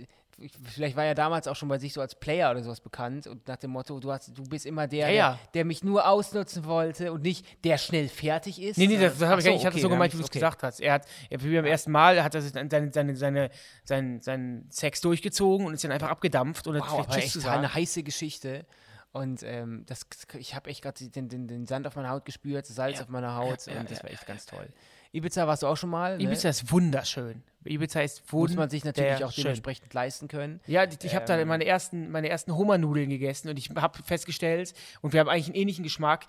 Speaker 3: vielleicht war er damals auch schon bei sich so als Player oder sowas bekannt und nach dem Motto, du hast, du bist immer der,
Speaker 2: Ja, ja.
Speaker 3: Der, der mich nur ausnutzen wollte und nicht der schnell fertig ist.
Speaker 2: Nee, nee, das, das
Speaker 3: sondern-
Speaker 2: habe ich
Speaker 3: Ach
Speaker 2: gar nicht. Ich habe das so
Speaker 3: okay, dann
Speaker 2: gemeint, wie
Speaker 3: hab
Speaker 2: du es
Speaker 3: ich's-
Speaker 2: gesagt hast. Er hat, er, wie beim ersten Mal, hat er sich dann seine, seine, seine, seinen, seinen Sex durchgezogen und ist dann einfach abgedampft und hat
Speaker 3: Wow,
Speaker 2: vielleicht
Speaker 3: aber
Speaker 2: Tschüss
Speaker 3: echt
Speaker 2: zu
Speaker 3: total
Speaker 2: sagen.
Speaker 3: eine heiße Geschichte. Und ähm, das, ich habe echt gerade den, den, den Sand auf meiner Haut gespürt, das Salz auf meiner Haut und das war echt ganz toll. Ibiza warst du auch schon mal.
Speaker 2: Ibiza
Speaker 3: ne?
Speaker 2: ist wunderschön. Ibiza ist wunderschön.
Speaker 3: muss man sich natürlich auch dementsprechend leisten können.
Speaker 2: Ja, die- ich habe da
Speaker 3: Ähm.
Speaker 2: meine ersten, meine ersten Hummernudeln gegessen und ich habe festgestellt, und wir haben eigentlich einen ähnlichen Geschmack,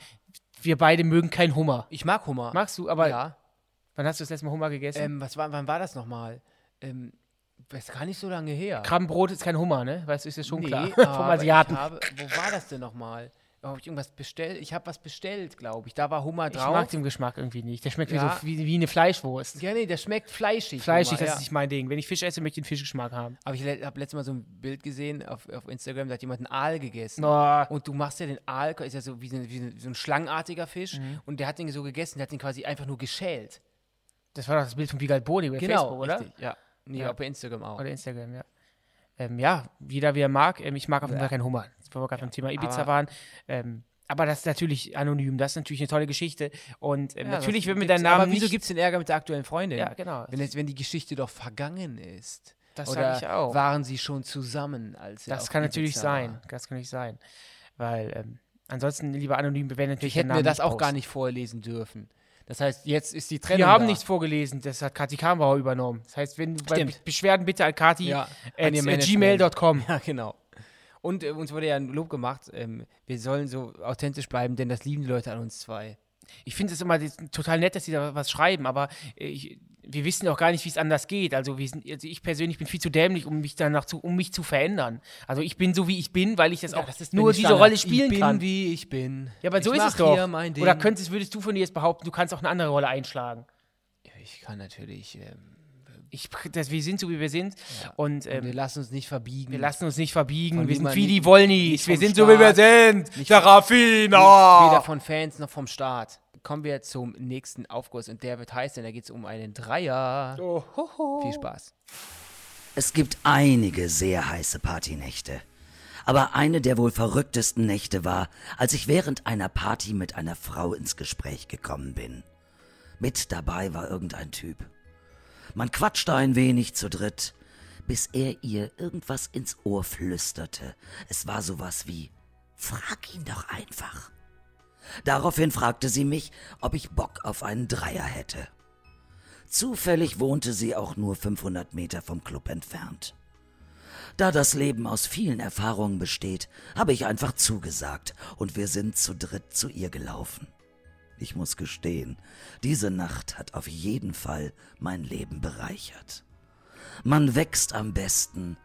Speaker 2: wir beide mögen keinen Hummer.
Speaker 3: Ich mag Hummer.
Speaker 2: Magst du, aber
Speaker 3: ja.
Speaker 2: wann hast du das letzte Mal Hummer gegessen?
Speaker 3: Ähm, was war, wann war das nochmal? Ähm, das ist gar nicht so lange her.
Speaker 2: Krabbenbrot ist kein Hummer, ne? Weißt du, ist ja schon klar.
Speaker 3: Nee,
Speaker 2: Vom
Speaker 3: aber
Speaker 2: Asiaten.
Speaker 3: Ich habe, wo war das denn nochmal? Habe ich irgendwas bestellt? Ich habe was bestellt, glaube ich. Da war Hummer
Speaker 2: Ich
Speaker 3: drauf.
Speaker 2: mag den Geschmack irgendwie nicht. Der schmeckt
Speaker 3: Ja.
Speaker 2: wie, so, wie, wie eine Fleischwurst.
Speaker 3: ja, nee, der schmeckt fleischig.
Speaker 2: Fleischig,
Speaker 3: Hummer,
Speaker 2: das
Speaker 3: ja.
Speaker 2: ist nicht mein Ding. Wenn ich Fisch esse, möchte ich den Fischgeschmack haben.
Speaker 3: Aber ich le- habe letztes Mal so ein Bild gesehen auf, auf Instagram, da hat jemand einen Aal gegessen.
Speaker 2: Boah.
Speaker 3: Und du machst ja den Aal, ist ja so wie so, ein- wie so ein- so ein schlangenartiger Fisch. Und der hat den so gegessen, der hat den quasi einfach nur geschält.
Speaker 2: Das war doch das Bild von Wiegald Boni bei Facebook, oder?
Speaker 3: Genau, richtig, ja. Nee,
Speaker 2: Ja.
Speaker 3: auch bei Instagram auch.
Speaker 2: Oder Instagram, ja. Ähm, ja, jeder wie er mag. Ähm, ich mag auf jeden Fall keinen Hummer. Wo wir gerade beim Thema Ibiza
Speaker 3: aber-
Speaker 2: waren. Ähm, aber das ist natürlich anonym. Das ist natürlich eine tolle Geschichte. Und ähm,
Speaker 3: Ja,
Speaker 2: natürlich
Speaker 3: das
Speaker 2: wird mir
Speaker 3: gibt's-
Speaker 2: dein Name
Speaker 3: Aber wieso
Speaker 2: nicht...
Speaker 3: gibt es den Ärger mit der aktuellen Freundin?
Speaker 2: Ja, genau.
Speaker 3: Wenn, jetzt, wenn die Geschichte doch vergangen ist.
Speaker 2: Das
Speaker 3: Oder
Speaker 2: sag ich auch.
Speaker 3: waren sie schon zusammen, als sie
Speaker 2: Das
Speaker 3: auf
Speaker 2: kann natürlich
Speaker 3: Ibiza
Speaker 2: sein.
Speaker 3: war?
Speaker 2: Das kann natürlich sein. Weil ähm, ansonsten, lieber anonym, wir werden natürlich
Speaker 3: Ich hätte
Speaker 2: den
Speaker 3: mir
Speaker 2: Namen
Speaker 3: das auch gar
Speaker 2: posten.
Speaker 3: nicht vorlesen dürfen. Das heißt, jetzt ist die Trennung
Speaker 2: Wir haben
Speaker 3: da.
Speaker 2: nichts vorgelesen, das hat Kathi Kahnbauer übernommen. Das heißt, wenn du bei
Speaker 3: Stimmt.
Speaker 2: Be- Beschwerden bitte an Kathi
Speaker 3: Ja,
Speaker 2: at,
Speaker 3: an ihr
Speaker 2: at
Speaker 3: Management.
Speaker 2: gmail.com.
Speaker 3: Ja, genau. Und äh, uns wurde ja ein Lob gemacht, ähm, wir sollen so authentisch bleiben, denn das lieben die Leute an uns zwei.
Speaker 2: Ich finde es immer das- total nett, dass sie da was schreiben, aber äh, ich, wir wissen auch gar nicht, wie es anders geht. Also, wir sind, also ich persönlich bin viel zu dämlich, um mich danach zu, um mich zu verändern. Also ich bin so wie ich bin, weil ich das auch nur diese Rolle spielen
Speaker 3: ich bin,
Speaker 2: kann.
Speaker 3: wie ich bin.
Speaker 2: ja, aber so
Speaker 3: ich
Speaker 2: ist
Speaker 3: mach
Speaker 2: es doch.
Speaker 3: Hier mein Ding.
Speaker 2: Oder könntest, würdest du von dir jetzt behaupten, du kannst auch eine andere Rolle einschlagen?
Speaker 3: ich kann natürlich, ähm,
Speaker 2: Ich, das, wir sind so, wie wir sind. Und ähm,
Speaker 3: wir lassen uns nicht verbiegen.
Speaker 2: Wir lassen uns nicht verbiegen.
Speaker 3: Von
Speaker 2: Wir sind
Speaker 3: niemand-
Speaker 2: wie die
Speaker 3: nicht-
Speaker 2: Wollnis.
Speaker 3: nicht
Speaker 2: Wir
Speaker 3: vom
Speaker 2: sind so, wie wir
Speaker 3: Staat.
Speaker 2: sind.
Speaker 3: Nicht- Nicht
Speaker 2: Serafina.
Speaker 3: weder von Fans noch vom Staat. Kommen wir zum nächsten Aufguss und der wird heiß, denn da geht es um einen Dreier. Viel Spaß.
Speaker 4: Es gibt einige sehr heiße Partynächte. Aber eine der wohl verrücktesten Nächte war, als ich während einer Party mit einer Frau ins Gespräch gekommen bin. Mit dabei war irgendein Typ. Man quatschte ein wenig zu dritt, bis er ihr irgendwas ins Ohr flüsterte. Es war sowas wie, frag ihn doch einfach. Daraufhin fragte sie mich, ob ich Bock auf einen Dreier hätte. Zufällig wohnte sie auch nur 500 Meter vom Club entfernt. Da das Leben aus vielen Erfahrungen besteht, habe ich einfach zugesagt und wir sind zu dritt zu ihr gelaufen. Ich muss gestehen, diese Nacht hat auf jeden Fall mein Leben bereichert. Man wächst am besten,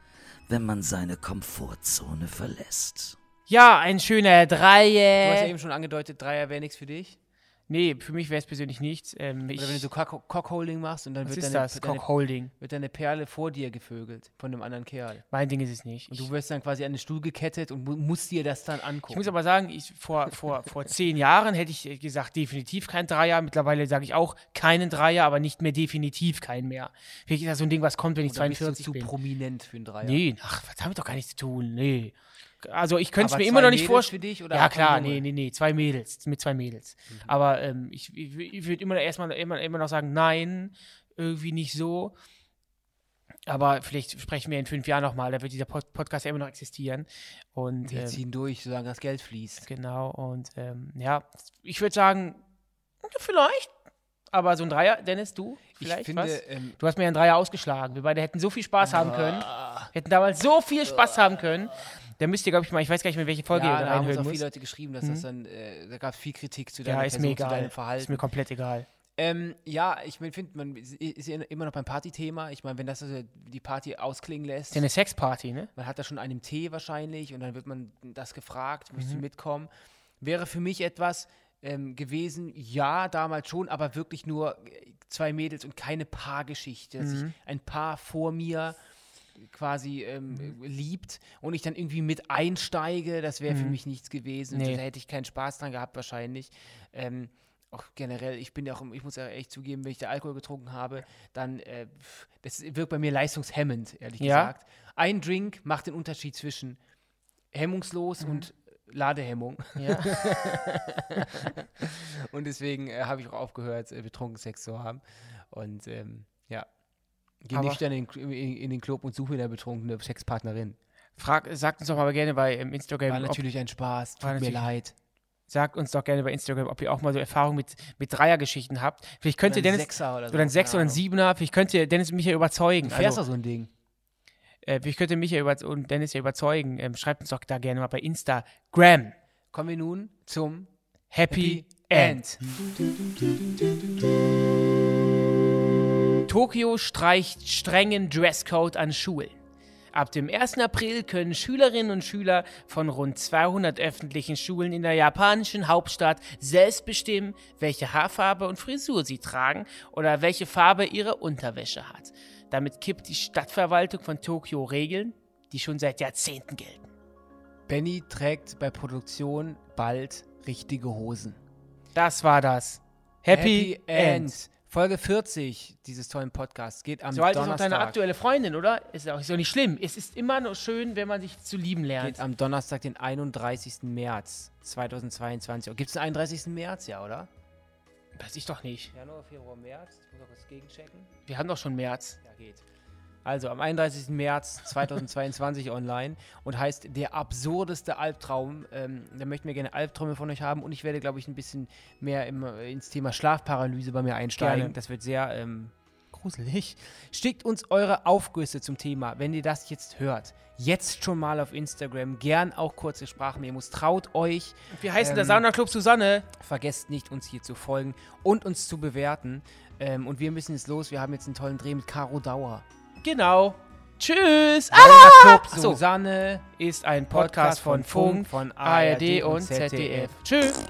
Speaker 4: wenn man seine Komfortzone verlässt.
Speaker 2: Ja, ein schöner
Speaker 3: Du hast ja
Speaker 2: Dreier.
Speaker 3: eben schon angedeutet, Dreier wäre nichts für dich.
Speaker 2: Nee, für mich wäre es persönlich nichts. Ähm, ich,
Speaker 3: Oder wenn du so Cock- Cockholding machst und dann
Speaker 2: was
Speaker 3: wird
Speaker 2: ist
Speaker 3: deine,
Speaker 2: das?
Speaker 3: deine,
Speaker 2: Cockholding.
Speaker 3: wird deine Perle vor dir gevögelt von einem anderen Kerl.
Speaker 2: Mein Ding ist es nicht.
Speaker 3: Und
Speaker 2: Ich,
Speaker 3: du wirst dann quasi an den Stuhl gekettet und mu musst dir das dann
Speaker 2: ich
Speaker 3: angucken.
Speaker 2: muss aber sagen, ich, vor, vor, vor zehn Jahren hätte ich äh, gesagt, definitiv kein Dreier. Mittlerweile sage ich auch keinen Dreier, aber nicht mehr definitiv keinen mehr. Vielleicht ist das so ein Ding, was kommt, wenn ich
Speaker 3: Oder bist du
Speaker 2: 42
Speaker 3: zu
Speaker 2: bin.
Speaker 3: prominent für einen Dreier.
Speaker 2: Nee, ach, was damit doch gar nichts zu tun. Nee. Also ich könnte es
Speaker 3: Aber
Speaker 2: mir immer
Speaker 3: zwei
Speaker 2: noch nicht
Speaker 3: Mädels
Speaker 2: vorstellen.
Speaker 3: für dich oder
Speaker 2: ja,
Speaker 3: ein
Speaker 2: klar,
Speaker 3: Junge? Mhm.
Speaker 2: nee, nee, nee, zwei Mädels, mit zwei Mädels. Aber ähm, ich, ich, ich würde immer erstmal immer, immer noch sagen, nein, irgendwie nicht so. Aber vielleicht sprechen wir in fünf Jahren nochmal, da wird dieser Pod Podcast ja immer noch existieren. Und
Speaker 3: Wir
Speaker 2: ähm,
Speaker 3: ziehen durch, solange das Geld fließt.
Speaker 2: genau, und ähm, ja, ich würde sagen, vielleicht. Aber so ein Dreier, Dennis, du? Vielleicht
Speaker 3: ich finde, Ah.
Speaker 2: was?
Speaker 3: ähm,
Speaker 2: Du hast mir einen Dreier ausgeschlagen. Wir beide hätten so viel Spaß haben können. Wir hätten damals so viel Spaß haben können. Da müsst ihr, glaube ich, mal, ich weiß gar nicht mehr, welche Folge
Speaker 3: ja,
Speaker 2: ihr
Speaker 3: da haben uns
Speaker 2: reinhören
Speaker 3: auch
Speaker 2: müsst.
Speaker 3: viele Leute geschrieben, dass das dann, äh, da gab es viel Kritik zu deiner
Speaker 2: Ja, ist
Speaker 3: Person,
Speaker 2: mir
Speaker 3: zu
Speaker 2: egal.
Speaker 3: deinem Verhalten.
Speaker 2: Ist mir komplett egal.
Speaker 3: Ähm, ja, ich finde, man ist ist ja immer noch beim Partythema. Ich meine, wenn das also die Party ausklingen lässt,
Speaker 2: Ist ja eine Sexparty, ne?
Speaker 3: man hat da schon einen Tee wahrscheinlich und dann wird man das gefragt, möchtest du mitkommen? Wäre für mich etwas ähm, gewesen, ja, damals schon, aber wirklich nur äh, zwei Mädels und keine Paargeschichte. Dass sich ein Paar vor mir quasi ähm, liebt und ich dann irgendwie mit einsteige, das wäre für mich nichts gewesen.
Speaker 2: Nee.
Speaker 3: Da hätte ich keinen Spaß dran gehabt wahrscheinlich. Ähm, auch generell, ich bin ja auch, im- ich muss ja echt zugeben, wenn ich da Alkohol getrunken habe, dann, äh, pf, das wirkt bei mir leistungshemmend, ehrlich
Speaker 2: Ja?
Speaker 3: gesagt. Ein Drink macht den Unterschied zwischen hemmungslos
Speaker 2: Mhm.
Speaker 3: und Ladehemmung.
Speaker 2: Ja.
Speaker 3: und deswegen äh, habe ich auch aufgehört, äh, betrunken Sex zu haben. Und ähm, ja, gehe
Speaker 2: Aber-
Speaker 3: nicht dann in, in, in den Club und suche eine betrunkene Sexpartnerin.
Speaker 2: Frag, sagt uns doch mal gerne bei ähm, Instagram,
Speaker 3: War
Speaker 2: ob,
Speaker 3: natürlich ein
Speaker 2: war
Speaker 3: Spaß, tut mir
Speaker 2: natürlich-
Speaker 3: leid.
Speaker 2: sagt uns doch gerne bei Instagram, ob ihr auch mal so Erfahrungen mit, mit Dreiergeschichten habt. Vielleicht könnt ihr
Speaker 3: Oder ein
Speaker 2: Dennis.
Speaker 3: Sechser oder so,
Speaker 2: oder ein Sechser
Speaker 3: keine
Speaker 2: oder ein
Speaker 3: Ahnung.
Speaker 2: Siebener, vielleicht könnt ihr Dennis und mich ja überzeugen.
Speaker 3: Du fährst
Speaker 2: Also-
Speaker 3: doch so ein Ding.
Speaker 2: äh, ich könnte mich ja über und Dennis ja überzeugen. Ähm, schreibt uns doch da gerne mal bei Instagram.
Speaker 3: Kommen wir nun zum
Speaker 2: Happy,
Speaker 3: Happy
Speaker 2: End. Tokio streicht strengen Dresscode an Schulen. Ab dem 1. April können Schülerinnen und Schüler von rund 200 öffentlichen Schulen in der japanischen Hauptstadt selbst bestimmen, welche Haarfarbe und Frisur sie tragen oder welche Farbe ihre Unterwäsche hat. Damit kippt die Stadtverwaltung von Tokio Regeln, die schon seit Jahrzehnten gelten.
Speaker 3: Benny trägt bei Produktion bald richtige Hosen.
Speaker 2: Das war das. Happy, End.
Speaker 3: Folge 40 dieses tollen Podcasts geht am
Speaker 2: So alt ist auch
Speaker 3: Donnerstag.
Speaker 2: deine aktuelle Freundin, oder? Ist auch, ist auch nicht schlimm. Es ist immer nur schön, wenn man sich zu lieben lernt.
Speaker 3: geht am Donnerstag, den 31. März 2022. Gibt es einen 31. März, ja, oder?
Speaker 2: Weiß ich doch nicht.
Speaker 3: Januar, Februar, März. Ich muss noch was gegenchecken.
Speaker 2: Wir haben doch schon März.
Speaker 3: Ja, geht. Also am 31. März 2022 online und heißt der absurdeste Albtraum. Ähm, da möchten wir gerne Albträume von euch haben und ich werde, glaube ich, ein bisschen mehr im, äh, ins Thema Schlafparalyse bei mir einsteigen.
Speaker 2: Gerne.
Speaker 3: Das wird sehr ähm, gruselig. Schickt uns eure Aufgüsse zum Thema, wenn ihr das jetzt hört. Jetzt schon mal auf Instagram, gern auch kurze Sprachmemos. Traut euch,
Speaker 2: Wir heißen der
Speaker 3: Ähm,
Speaker 2: Sauna Club Susanne.
Speaker 3: Vergesst nicht, uns hier zu folgen und uns zu bewerten. Ähm, und wir müssen jetzt los. Wir haben jetzt einen tollen Dreh mit Caro Dauer.
Speaker 2: Genau. Tschüss.
Speaker 3: Ah!
Speaker 2: Ach so.
Speaker 3: Susanne,
Speaker 2: Ist ein Podcast von Funk, von ARD und ZDF. Tschüss.